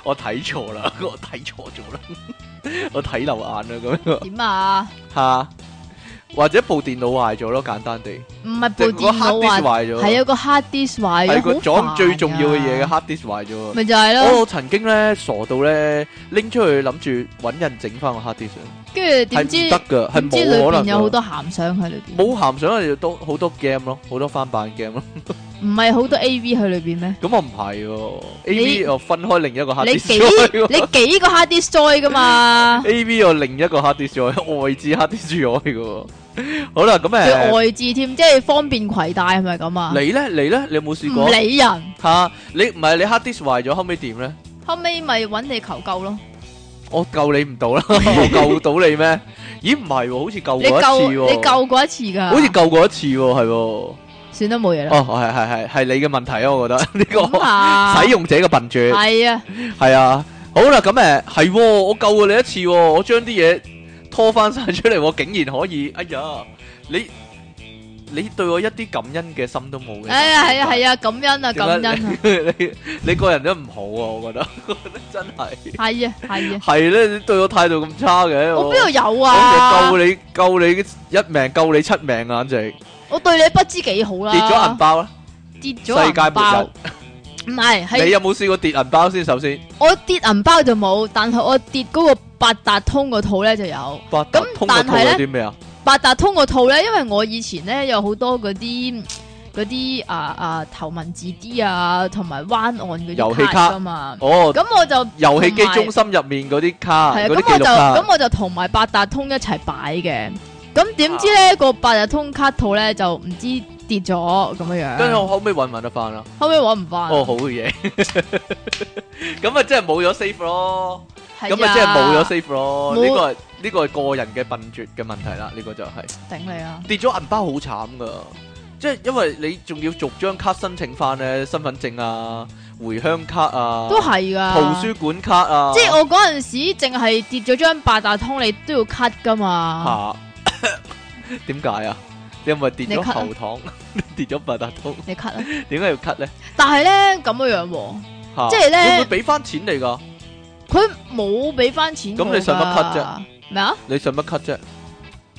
Speaker 2: 我睇錯啦， 我睇錯咗啦， 我睇漏眼啦咁樣
Speaker 1: 點啊？
Speaker 2: 吓，或者部電腦壞咗咯，簡單地
Speaker 1: 唔係部
Speaker 2: 即係個
Speaker 1: 電
Speaker 2: hard
Speaker 1: 腦
Speaker 2: disk
Speaker 1: 啊，
Speaker 2: 壞咗。
Speaker 1: 係有個 hard disk 壞咗，
Speaker 2: 係個
Speaker 1: 好煩
Speaker 2: 最-最重要嘅嘢嘅
Speaker 1: 啊
Speaker 2: hard disk 壞咗啊。
Speaker 1: 咪就係咯，
Speaker 2: 我曾經呢，傻到呢，拎出去諗住搵人整返個hard disk啊。
Speaker 1: 跟住點知
Speaker 2: 係唔得㗎，
Speaker 1: 點
Speaker 2: 係
Speaker 1: 知裏
Speaker 2: 冇可能
Speaker 1: 邊有好
Speaker 2: 㗎。
Speaker 1: 多鹹相喺裏邊，
Speaker 2: 冇鹹相，就多-好多game咯，好多翻版game咯。
Speaker 1: 唔係好多 A V 喺裏邊咩？
Speaker 2: 咁我唔係喎，
Speaker 1: 你-
Speaker 2: AV 我分開另一個hard
Speaker 1: 你
Speaker 2: disk
Speaker 1: 幾
Speaker 2: joy喎。
Speaker 1: 你 幾個 hard disk joy 噶 嘛？
Speaker 2: AV 有另一個hard disk joy，外置 hard disk joy㗎喎。好啦，咁，誒，
Speaker 1: 佢外置添，即係方便攜帶係咪咁啊？
Speaker 2: 你呢？你呢？你有冇試過？
Speaker 1: 唔理人，
Speaker 2: 嚇，你-唔係，你hard disk壞咗，後尾點呢？
Speaker 1: 後尾咪揾你求救咯。
Speaker 2: 我救你唔到啦，我救到你咩？咦，唔係喎，好似救過
Speaker 1: 你救
Speaker 2: 一次喎。
Speaker 1: 你救過一次噶，
Speaker 2: 好似救過一次喎，係喎。
Speaker 1: 算啦冇嘢啦。
Speaker 2: 哦，係-係-係-係你嘅問題啊，我覺得。呢個
Speaker 1: 咁啊，
Speaker 2: 使用者嘅笨拙，
Speaker 1: 係啊，
Speaker 2: 係啊。好啦，咁，誒，係喎，我救過你一次喎，我將啲嘢拖返晒出嚟，我竟然可以，哎呀，你-你對我一啲感恩嘅心都冇嘅。
Speaker 1: 哎呀係啊係啊，感恩啊
Speaker 2: 點
Speaker 1: 感
Speaker 2: 解
Speaker 1: 恩啊，
Speaker 2: 你-你個人都唔好啊，我覺得。 真係。
Speaker 1: 係 啊
Speaker 2: 哎
Speaker 1: 係啊，
Speaker 2: 係呢，你對我態度咁差嘅，
Speaker 1: 我
Speaker 2: 我-
Speaker 1: 邊度有
Speaker 2: 我
Speaker 1: 啊？
Speaker 2: 就救你救你一命救你七命啊！簡直
Speaker 1: 我對你不知幾好啦。
Speaker 2: 跌咗銀包啦，
Speaker 1: 跌
Speaker 2: 世
Speaker 1: 咗銀
Speaker 2: 界
Speaker 1: 包，
Speaker 2: 末
Speaker 1: 唔係
Speaker 2: 日。你
Speaker 1: 係
Speaker 2: 有冇試過跌銀包先？首先，
Speaker 1: 我跌銀包就冇，但係我跌嗰個八達通個套咧就有。
Speaker 2: 八達通個
Speaker 1: 但
Speaker 2: 套
Speaker 1: 係
Speaker 2: 有
Speaker 1: 呢
Speaker 2: 啲咩啊？
Speaker 1: 八達通個套咧，因為我以前咧有好多嗰啲嗰啲啊啊頭文字 D 啊，同埋灣岸嗰
Speaker 2: 遊戲
Speaker 1: 啲
Speaker 2: 卡
Speaker 1: 卡噶嘛。
Speaker 2: 哦，
Speaker 1: 咁我就
Speaker 2: 遊戲機中心入面嗰啲卡，
Speaker 1: 係啊，
Speaker 2: 嗰
Speaker 1: 咁
Speaker 2: 啲
Speaker 1: 我
Speaker 2: 記
Speaker 1: 就
Speaker 2: 錄卡
Speaker 1: 咁，我就同埋八達通一齊擺嘅。咁點知咧個八達通卡套咧就唔知跌咗咁樣
Speaker 2: 跟住
Speaker 1: 樣，
Speaker 2: 我可唔可以揾唔揾得翻啊？
Speaker 1: 後尾揾唔翻。
Speaker 2: 哦，好嘅嘢， 咁啊，真係冇咗 save 咯，
Speaker 1: 係啊，
Speaker 2: 咁啊，真係冇咗 save 咯。
Speaker 1: 冇
Speaker 2: 呢個係呢個係個人嘅笨拙嘅問題啦，呢個就係。
Speaker 1: 頂你啊！
Speaker 2: 跌咗銀包好慘噶，即係因為你仲要逐張卡申請翻咧，身份證啊、回鄉卡啊、
Speaker 1: 都係噶。
Speaker 2: 圖書館卡啊，
Speaker 1: 即係我嗰陣時淨係跌咗張八達通，你都要 cut 噶嘛？
Speaker 2: 嚇 點解啊？你係咪跌
Speaker 1: 你
Speaker 2: 咗
Speaker 1: cut 啊
Speaker 2: 喉糖？ 跌咗八達通？
Speaker 1: 你 cut 啊！
Speaker 2: 點解要 cut 咧？
Speaker 1: 但係咧咁樣樣喎。
Speaker 2: 嚇
Speaker 1: 即係呢
Speaker 2: 會唔會俾翻錢你㗎？
Speaker 1: 佢冇俾翻錢我㗎
Speaker 2: 咁你使乜 cut 啫？
Speaker 1: 咩啊？
Speaker 2: 你使乜 cut 啫？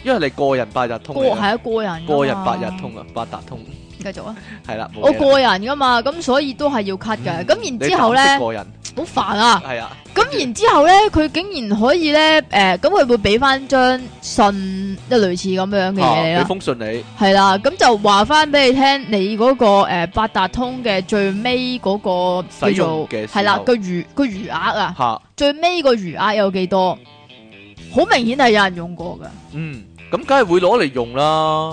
Speaker 2: 因為你個人八達通
Speaker 1: 個
Speaker 2: 嚟㗎，
Speaker 1: 係啊，個人㗎嘛
Speaker 2: 個人八達，通啊，八達通
Speaker 1: 繼續啊！
Speaker 2: 係啦，冇
Speaker 1: 我
Speaker 2: 嘢啦。
Speaker 1: 個人噶嘛，咁所以都係要 cut 嘅。
Speaker 2: 嗯
Speaker 1: 咁然之後
Speaker 2: 你
Speaker 1: 咧
Speaker 2: 膽識，個人
Speaker 1: 好煩啊！
Speaker 2: 係啊，
Speaker 1: 咁然之後咧，佢竟然可以咧，誒，咁佢會俾翻張信，即係類似咁樣嘅嘢你
Speaker 2: 嚇俾
Speaker 1: 啦，
Speaker 2: 封信你。
Speaker 1: 係啦，咁就話翻俾你聽，你嗰個誒八達通嘅最尾嗰個
Speaker 2: 使
Speaker 1: 叫做
Speaker 2: 用嘅時候
Speaker 1: 係啦個餘個餘額啊，
Speaker 2: 嚇。
Speaker 1: 最尾個餘額有幾多？好明顯係有人用過噶。
Speaker 2: 嗯，咁梗係會攞嚟用啦。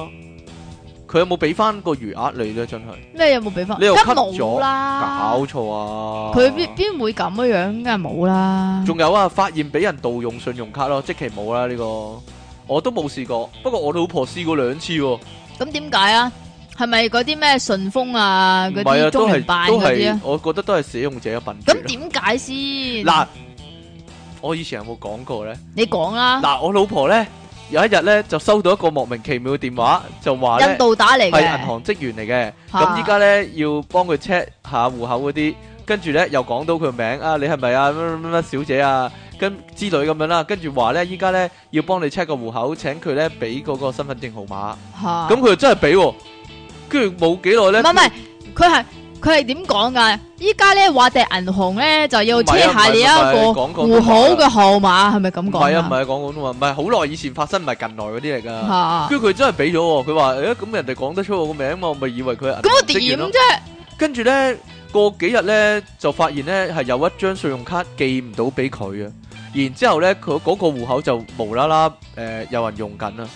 Speaker 2: 佢有冇俾翻個餘額你咧？真係
Speaker 1: 咩有冇俾翻？
Speaker 2: 你又
Speaker 1: 梗
Speaker 2: cut 咗
Speaker 1: 冇啦，
Speaker 2: 搞錯啊！
Speaker 1: 佢邊邊會咁樣樣，梗係冇啦。
Speaker 2: 仲有啊，發現俾人盜用信用卡咯，即期冇啦呢個。我都冇試過，不過我老婆試過兩次喎，唔
Speaker 1: 咁點解啊？係咪嗰啲咩順豐啊？嗰
Speaker 2: 係啊，
Speaker 1: 啲
Speaker 2: 都
Speaker 1: 中
Speaker 2: 係
Speaker 1: 聯辦
Speaker 2: 都
Speaker 1: 嗰啲
Speaker 2: 係
Speaker 1: 啊？，
Speaker 2: 我覺得都係使用者嘅笨拙
Speaker 1: 咁
Speaker 2: 啦。
Speaker 1: 點解先？嗱
Speaker 2: 嗱，，我以前有冇講過咧？
Speaker 1: 你講啊啦，
Speaker 2: 嗱，我老婆咧有一日咧就收到一個莫名其妙嘅電話，就話咧
Speaker 1: 印度打嚟
Speaker 2: 係銀
Speaker 1: 嘅，
Speaker 2: 行職員嚟嘅。
Speaker 1: 嚇
Speaker 2: 咁依家咧要幫佢 check 下户口嗰啲，跟住咧又講到佢名啊，你係咪啊乜乜乜乜小姐啊，跟之類咁樣啦，跟住話咧依家咧要幫你 check 個户口，請佢咧俾嗰個身份證號碼，
Speaker 1: 嚇
Speaker 2: 咁佢又真係俾喎，跟住冇幾耐咧，
Speaker 1: 唔係唔係，佢係佢係點講㗎？依家咧話定銀行咧就要
Speaker 2: 唔係啊
Speaker 1: check 下你一個
Speaker 2: 唔係唔係講講
Speaker 1: 户口嘅號碼，係咪咁
Speaker 2: 唔
Speaker 1: 講
Speaker 2: 係啊唔係講廣東話，唔係好耐以前發生，唔係近來嗰啲嚟㗎，
Speaker 1: 嚇，
Speaker 2: 跟住佢真係俾咗喎，佢話誒咁人哋講得出我個名嘛，我咪以為佢係銀
Speaker 1: 咁我
Speaker 2: 行職員
Speaker 1: 點
Speaker 2: 咯
Speaker 1: 啫？
Speaker 2: 跟住咧，過幾日咧就發現咧係有一張信用卡寄唔到俾佢啊，然之後咧佢嗰個户口就無啦啦誒有人用緊啊，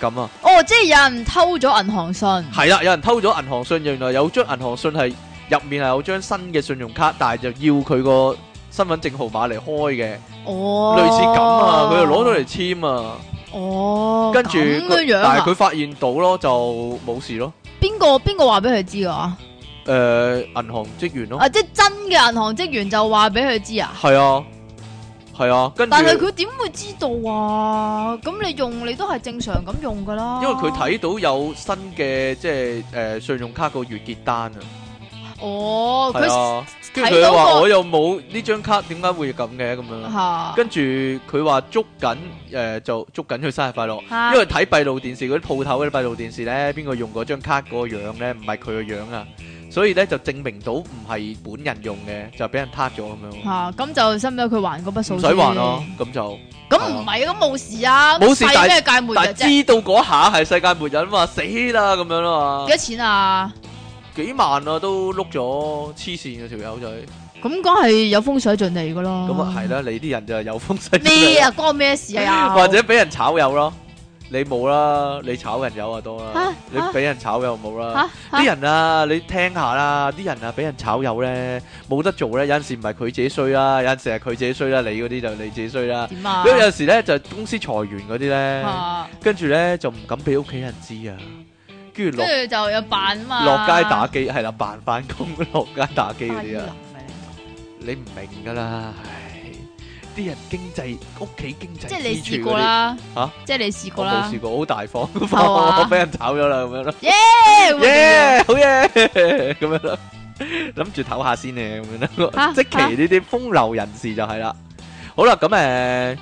Speaker 2: 咁啊，
Speaker 1: 哦，即係有人偷咗銀行信，
Speaker 2: 係啦，有人偷咗銀行信，原來有張銀行信係入面係有張新嘅信用卡，但係就要佢個身份證號碼嚟開嘅，
Speaker 1: 哦，
Speaker 2: 類似咁啊，佢就攞咗嚟簽啊，
Speaker 1: 哦，
Speaker 2: 跟住
Speaker 1: 咁樣
Speaker 2: 佢
Speaker 1: 樣
Speaker 2: 但係
Speaker 1: 啊
Speaker 2: 佢？發現到咯就冇事咯，
Speaker 1: 邊個邊個話俾佢知噶？
Speaker 2: 誒銀行職員咯，
Speaker 1: 啊，即係真嘅銀行職員就話俾佢知啊？
Speaker 2: 係啊，係啊，跟住
Speaker 1: 但。係佢點會知道啊？咁你用你都係正常咁用噶啦。
Speaker 2: 因為佢睇到有新嘅即係誒、呃信用卡個月結單啊，
Speaker 1: 哦，
Speaker 2: 係
Speaker 1: 佢
Speaker 2: 啊，跟住
Speaker 1: 睇
Speaker 2: 佢
Speaker 1: 到
Speaker 2: 話
Speaker 1: 個
Speaker 2: 我又冇呢張卡，點解會咁嘅咁樣？
Speaker 1: 吓，
Speaker 2: 跟住佢話捉緊誒，就捉緊佢生日快樂。
Speaker 1: 嚇
Speaker 2: 因為睇閉路電視嗰啲鋪頭嗰啲閉路電視咧，邊個用嗰張卡嗰個樣咧，唔係佢個樣啊，所以咧就證明到唔係本人用嘅，就俾人撻咗咁樣，
Speaker 1: 吓咁就使唔使佢還嗰筆數？
Speaker 2: 唔使還咯，，咁就。
Speaker 1: 咁唔係咁冇事啊，
Speaker 2: 冇事
Speaker 1: 咁
Speaker 2: 但
Speaker 1: 費咩界末日
Speaker 2: 但
Speaker 1: 啫？幾
Speaker 2: 係知道啊嗰下係世界末日啊嘛，死啦咁樣啦嘛，
Speaker 1: 多錢啊？
Speaker 2: 幾萬啊都碌咗，黐線啊條友仔，
Speaker 1: 咁梗係有風水盡利噶咯。
Speaker 2: 咁啊係啦，你啲人就係有風勢
Speaker 1: 咩啊？關我咩事啊？又
Speaker 2: 或者俾人炒友咯，你冇啦，你炒人友啊多啦
Speaker 1: 啊，
Speaker 2: 你俾人炒友冇啦。
Speaker 1: 吓吓
Speaker 2: 啲人啊，你聽下啦，啲人啊俾人炒魷咧，冇得做咧，有陣時唔係佢自己衰啦，有陣時係佢自己衰啦，你嗰啲就你自己衰啦。
Speaker 1: 點啊
Speaker 2: 咁？有陣時咧就公司裁員嗰啲咧，
Speaker 1: 啊
Speaker 2: 跟住咧就唔敢俾屋企人知啊，跟住落
Speaker 1: 跟住就有扮啊嘛，
Speaker 2: 落街打機係啦，扮翻工落街打機嗰啲
Speaker 1: 啲
Speaker 2: 啊，你唔明噶啦，唉，啲人經濟屋企經濟
Speaker 1: 即係你
Speaker 2: 支
Speaker 1: 試
Speaker 2: 柱
Speaker 1: 過
Speaker 2: 嗰啲，
Speaker 1: 啦，
Speaker 2: 嚇
Speaker 1: 即係你試過
Speaker 2: 我冇
Speaker 1: 啦
Speaker 2: 試，過，好大方，
Speaker 1: 嘛
Speaker 2: 我俾人炒咗啦咁樣咯。
Speaker 1: 耶
Speaker 2: 耶，好嘢， 咁樣咯，諗住唞下先咧，咁樣咯
Speaker 1: 嚇。
Speaker 2: 即期呢啲風流人士就係啦。好啦，咁誒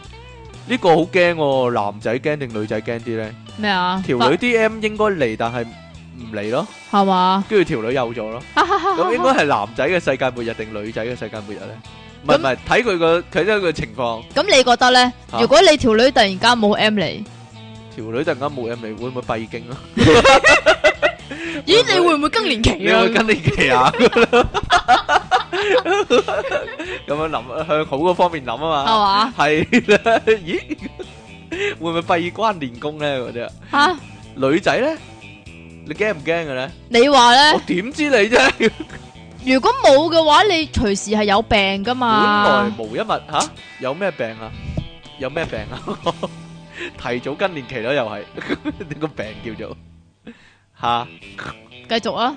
Speaker 2: 呢個好驚喎，男仔驚定女仔驚啲咧？
Speaker 1: 咩啊？
Speaker 2: 條女 D M 應該嚟，但係唔嚟咯，
Speaker 1: 係嘛？
Speaker 2: 跟住條女有咗咯。咁應該係男仔嘅世界末日定女仔嘅世界末日咧？唔係唔係，睇佢個睇咗佢情況。
Speaker 1: 咁你覺得咧？
Speaker 2: 嚇
Speaker 1: 如果你條女突然間冇 M 嚟，
Speaker 2: 條女突然間冇人嚟，會唔會閉經啊？
Speaker 1: 咦？你會唔會更年期
Speaker 2: 你
Speaker 1: 啊
Speaker 2: 會？跟呢期啊？咁樣諗，向好嗰方面諗啊嘛。
Speaker 1: 係嘛？
Speaker 2: 係啦，咦？會唔會閉關練功咧？嗰啲啊
Speaker 1: 吓，
Speaker 2: 女仔咧，你驚唔驚嘅咧？
Speaker 1: 你話
Speaker 2: 我
Speaker 1: 咧？
Speaker 2: 點知你啫？
Speaker 1: 如果冇嘅話，你隨時係有病噶
Speaker 2: 本
Speaker 1: 嘛
Speaker 2: 來？無一物吓，有咩病啊？有咩病啊？ 提早更年期咯，又係你 個病叫做吓
Speaker 1: 繼續啊！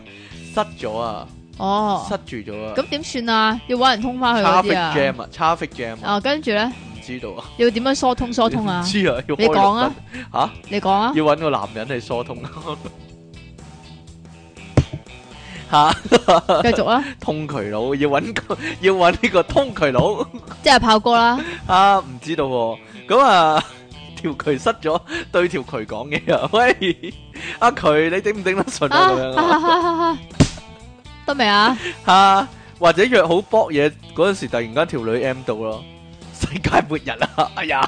Speaker 2: 塞咗啊，
Speaker 1: 哦，
Speaker 2: 塞住咗啊
Speaker 1: 咁點算啊？要搵人通翻佢嗰啲
Speaker 2: ，traffic
Speaker 1: 啊？
Speaker 2: jam 啊，traffic jam à, 啊，
Speaker 1: 啊，跟住咧，
Speaker 2: 唔知道啊，
Speaker 1: 要點樣疏通疏通啊
Speaker 2: 唔？知啊，要
Speaker 1: 你
Speaker 2: 開
Speaker 1: 講啊
Speaker 2: 綠燈吓。
Speaker 1: 你講啊！
Speaker 2: 要揾個男人嚟疏 通吓
Speaker 1: 繼續啊！
Speaker 2: 通渠佬，要揾個要揾呢個通渠 佬
Speaker 1: 即係炮 哥啦，
Speaker 2: 啊！唔知道喎、咁 啊條渠塞咗，對條渠講嘢 啊！喂，阿、渠你頂唔頂得順
Speaker 1: 啊
Speaker 2: 啊？咁樣
Speaker 1: 啊
Speaker 2: 啊
Speaker 1: 啊啊啊得未啊？
Speaker 2: 嚇、或者約好搏嘢嗰陣時，突然間條女 M 到 咯，世界末日 啊！哎呀，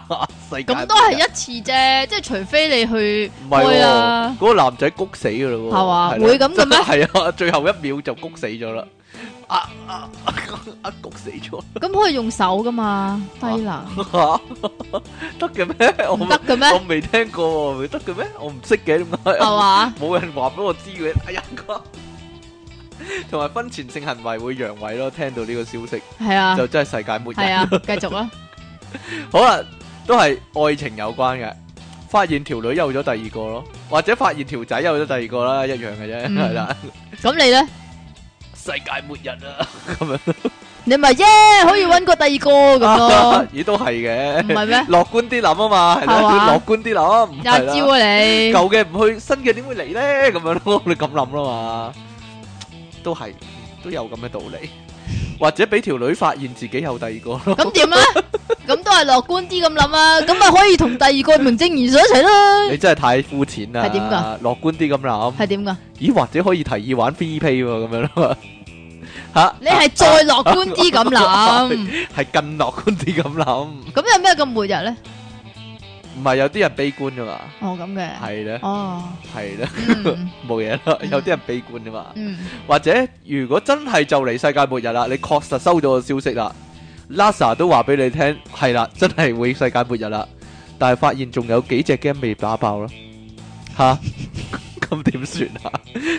Speaker 2: 世界
Speaker 1: 咁都係一次啫，即係除非你去
Speaker 2: 唔係
Speaker 1: 開
Speaker 2: 喎
Speaker 1: 啦，
Speaker 2: 嗰個男仔谷死噶咯喎，
Speaker 1: 係嘛
Speaker 2: 係啦
Speaker 1: 會咁 嘅咩
Speaker 2: 係啊，最後一秒就谷死咗啦，啊啊啊啊谷死咗，
Speaker 1: 咁可以用手噶嘛？低
Speaker 2: 啊
Speaker 1: 能
Speaker 2: 得嘅咩？ 我
Speaker 1: 唔得嘅
Speaker 2: 我
Speaker 1: 咩？
Speaker 2: 未聽過喎，得嘅咩？我唔識嘅點解？
Speaker 1: 係嘛？
Speaker 2: 冇人話俾我知嘅，哎呀哥！同埋婚前性行為會陽痿咯，聽到呢個消息
Speaker 1: 係啊，
Speaker 2: 就真係世界末
Speaker 1: 係
Speaker 2: 日。
Speaker 1: 啊， 繼續啊，
Speaker 2: 好啦，都係愛情有關嘅。發現條女有咗第二個咯，或者發現條仔有咗第二個啦，一樣嘅啫，
Speaker 1: 嗯
Speaker 2: 係啦。
Speaker 1: 咁你咧，
Speaker 2: 世界末日 啊！
Speaker 1: 你咪耶可以搵個第二個咁咯，
Speaker 2: 咦，啊都係嘅，
Speaker 1: 唔係咩？
Speaker 2: 樂觀啲諗啊嘛，係
Speaker 1: 係
Speaker 2: 啦，
Speaker 1: 嘛
Speaker 2: 樂觀啲諗，唔
Speaker 1: 一
Speaker 2: 係
Speaker 1: 招
Speaker 2: 啦，
Speaker 1: 啊你，
Speaker 2: 舊嘅唔去，新嘅點會嚟咧？咁樣咯，你 咁諗啦嘛，都係都有咁嘅道理，或者俾條女發現自己有第二個 咯，
Speaker 1: 咁點啊？咁都係樂觀啲咁諗啊，咁咪可以同第二個名正言順一齊咯，
Speaker 2: 你真係太膚淺啦，
Speaker 1: 係點㗎？
Speaker 2: 樂觀啲咁諗，
Speaker 1: 係點噶？
Speaker 2: 咦，或者可以提議玩 free play 喎，咁樣咯， 吓，
Speaker 1: 你係再樂觀啲咁 諗，
Speaker 2: 係更樂觀啲咁諗，
Speaker 1: 咁有咩咁末日咧？
Speaker 2: 唔係有啲人悲觀噶嘛，
Speaker 1: 哦咁嘅，
Speaker 2: 係咧，
Speaker 1: 哦，
Speaker 2: 係咧，
Speaker 1: 嗯
Speaker 2: 冇嘢啦，
Speaker 1: 嗯
Speaker 2: 有啲人悲觀噶嘛。
Speaker 1: 嗯，
Speaker 2: 或者如果真係就嚟世界末日啦，你確實收到個消息啦，NASA 都話俾你聽，係啦，真係會世界末日啦，但係發現仲有幾隻 game 未打爆咯，吓， 咁點算啊？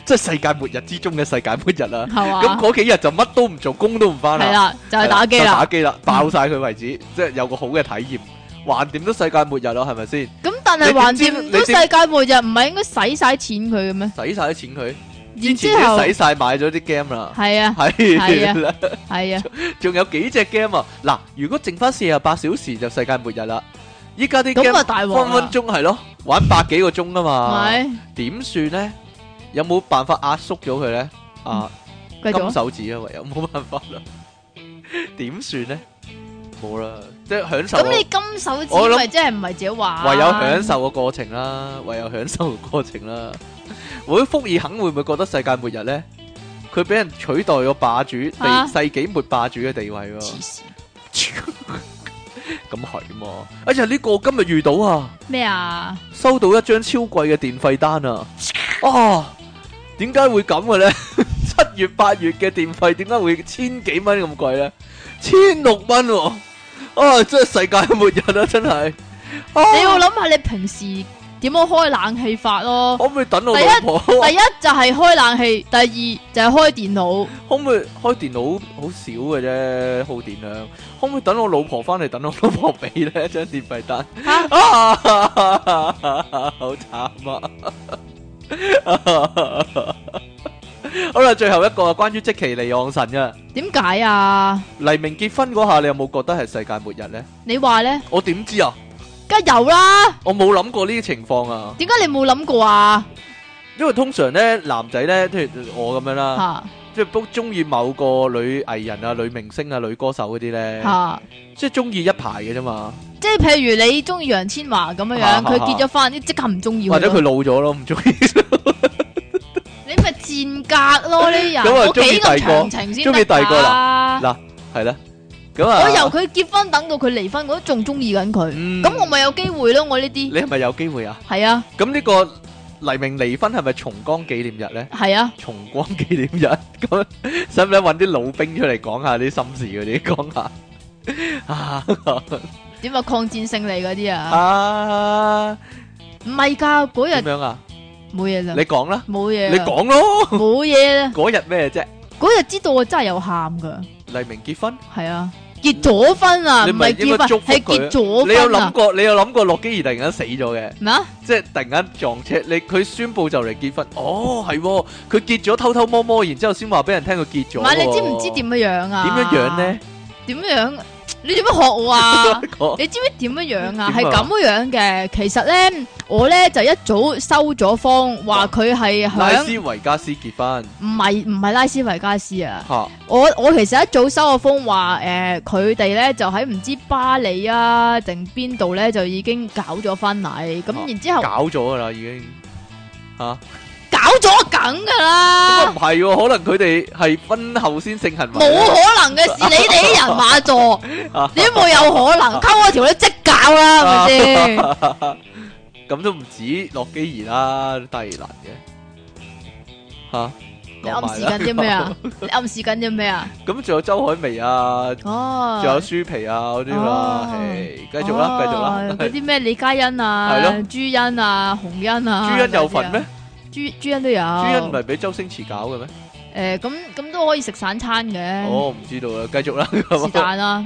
Speaker 2: 即係世界末日之中嘅世界末日啦，
Speaker 1: 係
Speaker 2: 咁
Speaker 1: 嘛？
Speaker 2: 嗰幾日就乜都唔做，工都唔翻
Speaker 1: 係
Speaker 2: 啦，
Speaker 1: 啦，就係打機
Speaker 2: 係就
Speaker 1: 啦
Speaker 2: 打。機啦，爆晒佢為止，即係有個好嘅體驗，橫掂都世界末日咯，係咪先？
Speaker 1: 咁但係橫掂都
Speaker 2: 你點知
Speaker 1: 世界末日，唔係應該使晒錢佢嘅咩？
Speaker 2: 使晒啲錢佢，之
Speaker 1: 然
Speaker 2: 前
Speaker 1: 之後
Speaker 2: 都使晒買咗啲 game 啦，
Speaker 1: 係啊
Speaker 2: 係啦。
Speaker 1: 係啊，
Speaker 2: 仲有幾隻 game 啊？嗱，如果剩翻四十八小時就世界末日啦。依家啲
Speaker 1: 咁
Speaker 2: game
Speaker 1: 啊大鑊
Speaker 2: 分分
Speaker 1: 啦，
Speaker 2: 鐘係咯，玩百幾個鐘啊嘛。
Speaker 1: 咪
Speaker 2: 點算呢？有冇辦法壓縮咗佢呢？啊，
Speaker 1: 繼續
Speaker 2: 金
Speaker 1: 啊
Speaker 2: 手指啊，唯有冇辦法啦。 點算咧？冇啦，即係享受
Speaker 1: 咁
Speaker 2: 個。
Speaker 1: 你金手
Speaker 2: 我
Speaker 1: 指
Speaker 2: 諗
Speaker 1: 咪真係唔係自己玩，
Speaker 2: 唯有享。受個過程啦，唯有享受個過程啦。會福爾肯會唔會覺得世界末日呢？佢俾人取代個霸主地、
Speaker 1: 啊
Speaker 2: 世紀末霸主嘅地位喎。
Speaker 1: 黐線
Speaker 2: 咁係嘛？哎呀，呢、個我今日遇到啊，
Speaker 1: 咩啊？
Speaker 2: 收到一張超貴嘅電費單啊！啊，點解會咁嘅呢？ 七月八月嘅電費點解會千幾蚊咁貴呢？千六蚊喎！啊，真係世界末日啦、真係。啊
Speaker 1: 你要諗下你平時點樣開冷氣法咯。
Speaker 2: 可唔可以等我
Speaker 1: 第一
Speaker 2: 老婆？
Speaker 1: 第一就係開冷氣，第二就係開電腦。
Speaker 2: 可唔可以開電腦好少嘅啫，耗電量。可唔可以等我老婆翻嚟，等我老婆俾咧 一張電費單？啊， 好慘啊！ 好啦，最後一個啊，關於即其利昂神啊，
Speaker 1: 點解啊？
Speaker 2: 黎明結婚嗰下，你有冇覺得係世界末日呢？
Speaker 1: 你話咧，
Speaker 2: 我點知啊？
Speaker 1: 梗係有啦。
Speaker 2: 我冇諗過呢啲情況啊，
Speaker 1: 點解你冇諗過啊？
Speaker 2: 因為通常呢，男仔呢，即係我咁樣啦，
Speaker 1: 吓
Speaker 2: 即係都中意某個女藝人啊、女明星啊、女歌手嗰啲呢。
Speaker 1: 吓，
Speaker 2: 即係中意一排嘅啫嘛，
Speaker 1: 即係譬如你中意楊千嬅咁樣
Speaker 2: 啊
Speaker 1: 樣，佢結咗婚，你即刻唔中意
Speaker 2: 或者
Speaker 1: 咯
Speaker 2: 佢老咗咯，唔中意，
Speaker 1: 你咪賤格咯呢啲人。
Speaker 2: 咁啊
Speaker 1: 我
Speaker 2: 中意
Speaker 1: 幾
Speaker 2: 第二
Speaker 1: 咁
Speaker 2: 個
Speaker 1: 長情先
Speaker 2: 中
Speaker 1: 得
Speaker 2: 意第二個
Speaker 1: 㗎。
Speaker 2: 係啦。咁啊，
Speaker 1: 我由佢結婚等到佢離婚，我都仲中意緊佢。
Speaker 2: 嗯
Speaker 1: 咁我咪有機會咯，我呢啲
Speaker 2: 你係咪有機會啊？
Speaker 1: 係啊
Speaker 2: 咁呢個黎明離婚係咪重光紀念日 咧？
Speaker 1: 係啊，
Speaker 2: 重光紀念日咁，使唔使揾啲老兵出嚟講下啲心事嗰啲？講下啊
Speaker 1: 點啊抗戰勝利嗰啲啊，
Speaker 2: 啊
Speaker 1: 唔係㗎，嗰
Speaker 2: 點
Speaker 1: 日
Speaker 2: 樣啊？
Speaker 1: 冇嘢
Speaker 2: 你
Speaker 1: 啦，
Speaker 2: 講啦，
Speaker 1: 冇嘢
Speaker 2: 你
Speaker 1: 啦，
Speaker 2: 講咯。
Speaker 1: 冇嘢啦。
Speaker 2: 嗰日咩啫？
Speaker 1: 嗰日知道我真係有喊㗎，
Speaker 2: 黎明結婚，
Speaker 1: 係啊，結咗婚啊，
Speaker 2: 你
Speaker 1: 唔
Speaker 2: 咪
Speaker 1: 係
Speaker 2: 應
Speaker 1: 結
Speaker 2: 該
Speaker 1: 婚
Speaker 2: 祝福
Speaker 1: 係
Speaker 2: 佢
Speaker 1: 結咗
Speaker 2: 你有
Speaker 1: 婚
Speaker 2: 諗
Speaker 1: 啊。
Speaker 2: 過？你有諗過洛基兒突然間死咗嘅？
Speaker 1: 咩啊？
Speaker 2: 即係突然間撞車，你佢宣布就嚟結婚，哦係喎，佢結咗偷偷摸摸，然之後先話俾人聽佢結咗
Speaker 1: 唔
Speaker 2: 喎。
Speaker 1: 係你知唔知點樣樣啊？
Speaker 2: 點樣樣？咧？
Speaker 1: 點樣？你做乜學我啊？
Speaker 2: 我
Speaker 1: 你知唔知點樣樣啊？係
Speaker 2: 點啊
Speaker 1: 咁樣嘅，其實咧，我咧就一早收咗風，話佢係
Speaker 2: 拉斯
Speaker 1: 響
Speaker 2: 維加斯結婚
Speaker 1: 唔係唔係拉斯維加斯啊！
Speaker 2: 嚇，
Speaker 1: 我我其實一早收咗風話，誒佢哋咧就喺唔知巴黎啊定邊度咧就已經搞咗婚禮，咁
Speaker 2: 啊
Speaker 1: 然之後
Speaker 2: 搞咗㗎啦已經嚇，
Speaker 1: 搞咗梗噶
Speaker 2: 咁啊
Speaker 1: 啦
Speaker 2: 唔，係喎，可能佢哋係婚後先性行為
Speaker 1: 冇可能嘅事，你哋啲人馬 座，你都冇有可能溝我條女即搞啦，係咪 先？
Speaker 2: 咁都唔止洛基兒啦，低能嘅嚇。
Speaker 1: 你
Speaker 2: 講
Speaker 1: 暗
Speaker 2: 埋
Speaker 1: 示
Speaker 2: 啦
Speaker 1: 緊 啲咩啊？？你暗示緊啲咩啊？
Speaker 2: 咁仲有周海媚啊，
Speaker 1: 哦，
Speaker 2: 仲有舒皮啊嗰啲啦，
Speaker 1: 哦
Speaker 2: 唉繼續啦，繼續啦
Speaker 1: 哦。 嗰啲咩李嘉欣
Speaker 2: 係
Speaker 1: 啊
Speaker 2: 咯、
Speaker 1: 朱茵啊、洪欣啊，
Speaker 2: 朱茵有份咩？？
Speaker 1: 朱朱茵都有。
Speaker 2: 朱茵唔係俾周星馳搞嘅咩？
Speaker 1: 诶，咁咁都可以食散餐嘅，
Speaker 2: 我哦唔知道啦，繼續啦。啊
Speaker 1: 是但啦。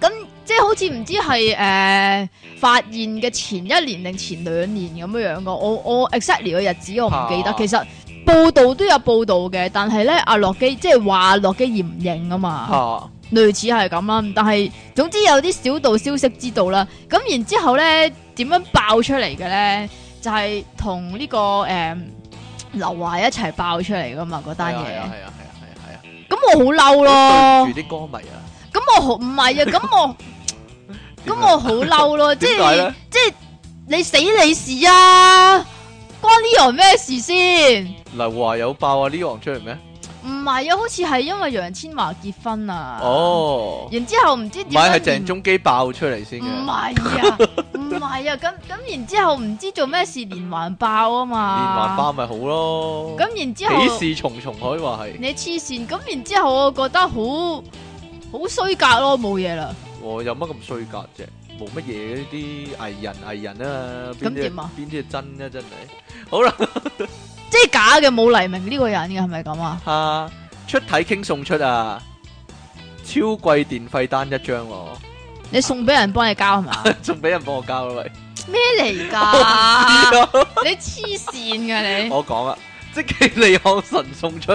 Speaker 1: 咁即係好似唔知係诶發現嘅前一年定前兩年咁樣樣噶。我我 exactly 個日子我唔記得。
Speaker 2: 啊
Speaker 1: 其實報道都有報道嘅，但係咧阿洛基即係話洛基嚴唔認啊嘛。
Speaker 2: 嚇
Speaker 1: 類似係咁啦，但係總之有啲小道消息知道啦。咁然之後咧，點樣爆出嚟嘅咧？就係同呢個誒、嗯劉華一齊爆出嚟噶嘛嗰單嘢。
Speaker 2: 係啊係啊係啊係啊係啊
Speaker 1: 咁我好嬲
Speaker 2: 係啊！
Speaker 1: 咯
Speaker 2: 對，住啲歌迷啊，
Speaker 1: 咁我好唔係 啊，咁我
Speaker 2: 點
Speaker 1: 咁
Speaker 2: 啊
Speaker 1: 我好嬲咯，即
Speaker 2: 點解
Speaker 1: 係
Speaker 2: 咧？
Speaker 1: 即係你死你事啊！關呢樣咩事先？
Speaker 2: 劉華有爆啊呢行出嚟咩？
Speaker 1: 唔係啊，好似係因為楊千嬅結婚啊。。
Speaker 2: 哦，
Speaker 1: 然之後唔知
Speaker 2: 唔
Speaker 1: 點
Speaker 2: 係係
Speaker 1: 解連
Speaker 2: 鄭中基爆出嚟先
Speaker 1: 唔
Speaker 2: 嘅，
Speaker 1: 係 啊，唔係啊，咁咁然之後唔知做咩事連環爆啊
Speaker 2: 連環
Speaker 1: 嘛，
Speaker 2: 爆咪好咯。
Speaker 1: 咁然之後
Speaker 2: 喜事重重可以話係，
Speaker 1: 你黐線，咁然之後我覺得好好衰格咯，冇嘢啦，
Speaker 2: 我有乜咁衰格啫？冇乜嘢呢啲藝人藝人啊，邊
Speaker 1: 咁
Speaker 2: 啲
Speaker 1: 點啊
Speaker 2: 邊啲係真啊真係。好啦，
Speaker 1: 即係假嘅冇黎明呢個人嘅係咪咁啊？
Speaker 2: 啊，出體傾送出啊，超貴電費單一張喎。
Speaker 1: 你送俾人幫你交係嘛？
Speaker 2: 仲俾人幫我交啦喂！
Speaker 1: 咩嚟㗎？ 你黐線㗎你，
Speaker 2: 我講啦，即其 利昂神送 出，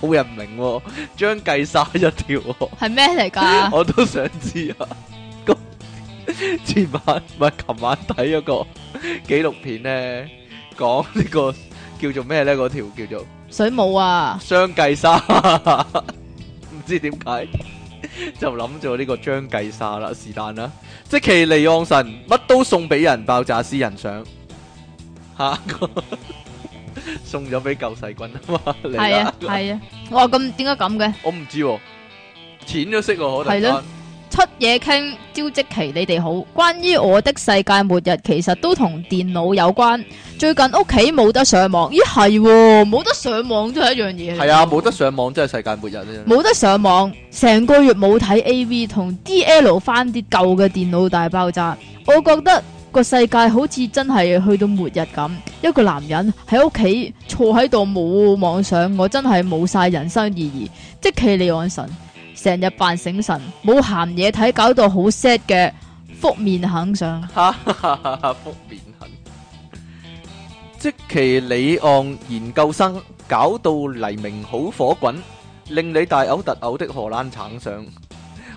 Speaker 2: 冇人明喎，張繼沙一條喎，
Speaker 1: 係咩嚟㗎？
Speaker 2: 我都想知啊！咁前晚唔係琴晚睇咗個紀錄片咧，講呢個叫做咩咧？嗰條叫做
Speaker 1: 水母啊，
Speaker 2: 雙髻沙，唔知點解就諗咗呢個張繼沙啦，是但啦。即其離岸神乜都送俾人，爆炸私人相吓， 送咗俾救世軍啊嘛，嚟
Speaker 1: 係
Speaker 2: 啦
Speaker 1: 啊！係啊，哇咁點解咁嘅？
Speaker 2: 我唔知喎，淺咗色喎，可能
Speaker 1: 係咯出嘢傾，招積奇你哋好。關於我的世界末日，其實都同電腦有關。最近屋企冇得上網，咦係喎，冇得上網都係一樣嘢嚟。
Speaker 2: 係啊，冇得上網真係世界末日啊！
Speaker 1: 冇得上網，成個月冇睇 A V 同 D L 翻啲舊嘅電腦大爆炸，我覺得個世界好似真係去到末日咁。一個男人喺屋企坐喺度冇網上，我真係冇晒人生意義。即其利岸神成日扮醒神，冇鹹嘢睇，搞到好 sad 嘅覆面肯上。
Speaker 2: 哈哈哈 哈覆面痕，即其李岸研究生搞到黎明好火滾，令你大嘔特嘔的荷蘭橙上。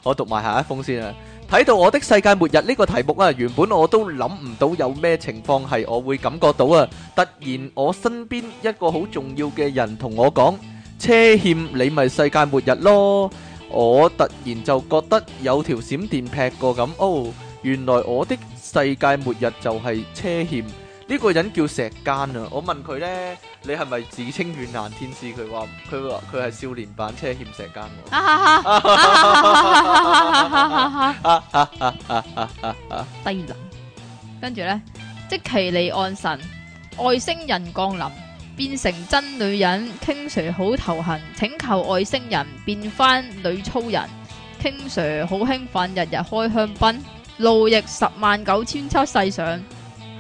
Speaker 2: 我讀埋下一封先啊！睇到我的世界末日呢個題目啊，原本我都諗唔到有咩情況係我會感覺到啊！突然我身邊一個好重要嘅人同我講：車欠你咪世界末日咯！我突然就覺得有條閃電劈過咁，哦！原來我的世界末日就係車欠呢個人叫石間啊！我問佢呢，你係咪自稱軟硬天使？佢話佢話佢係少年版車欠石間喎。
Speaker 1: 哈哈哈哈哈哈！低能。跟住呢，即其利岸神，外星人降臨，變成真女人，King Sir 好頭痕，請求外星人變翻女超人，King Sir 好興奮，日日開香檳，路易十萬九千七世上，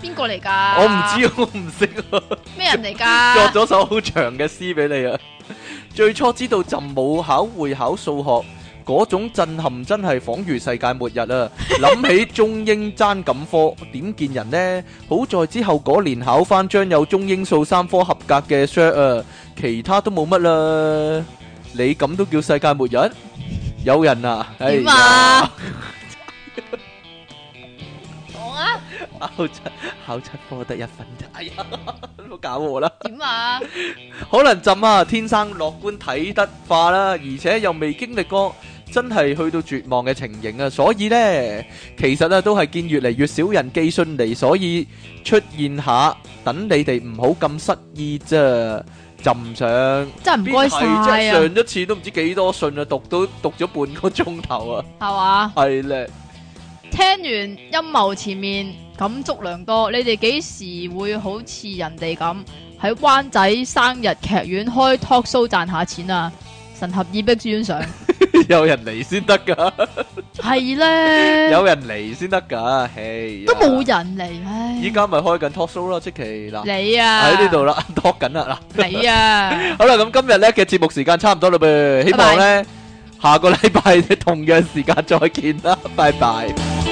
Speaker 1: 邊個嚟噶？
Speaker 2: 我唔知，我唔識啊。
Speaker 1: 咩人嚟 噶？
Speaker 2: 作咗首好長嘅詩俾你啊！ 最初知道朕冇考會考數學嗰種震撼，真係仿如世界末日啊！諗起中英爭咁科，點見人呢？好在之後嗰年考翻將有中英數三科合格嘅 share 啊，其他都冇乜啦。你咁都叫世界末日？有人啊！哎
Speaker 1: 點
Speaker 2: 呀
Speaker 1: 啊，？講啊？
Speaker 2: 考七考七科得一分啫！哎呀， 都搞我啦！
Speaker 1: 點啊？
Speaker 2: 可能朕啊天生樂觀睇得化啦，而且又未經歷過真係去到絕望嘅情形啊，所以呢，其實咧都係見越嚟越少人寄信嚟，所以出現下，等你哋唔好咁失意啫。朕想
Speaker 1: 真係唔該
Speaker 2: 邊係
Speaker 1: 晒
Speaker 2: 啫
Speaker 1: 啊，
Speaker 2: 上一次都唔知幾多信啊，讀到讀咗半個鐘頭啊，
Speaker 1: 係嘛？
Speaker 2: 係咧，
Speaker 1: 聽完陰謀前面感觸良多，你哋幾時會好似人哋咁喺灣仔生日劇院開 talk show 賺下錢啊？神合意逼冤 上
Speaker 2: 有人嚟先得噶，
Speaker 1: 係咧，
Speaker 2: 有啊人嚟先得噶，唉，
Speaker 1: 都冇人嚟，
Speaker 2: 依
Speaker 1: 唉，
Speaker 2: 家咪開緊 talk show 咯，即期嗱
Speaker 1: 你啊
Speaker 2: 喺呢度，啦，talk 緊啦嗱。
Speaker 1: 你啊
Speaker 2: 好啦，咁今日咧嘅節目時間差唔多啦噃，希望咧下個禮拜同樣時間再見啦，拜拜。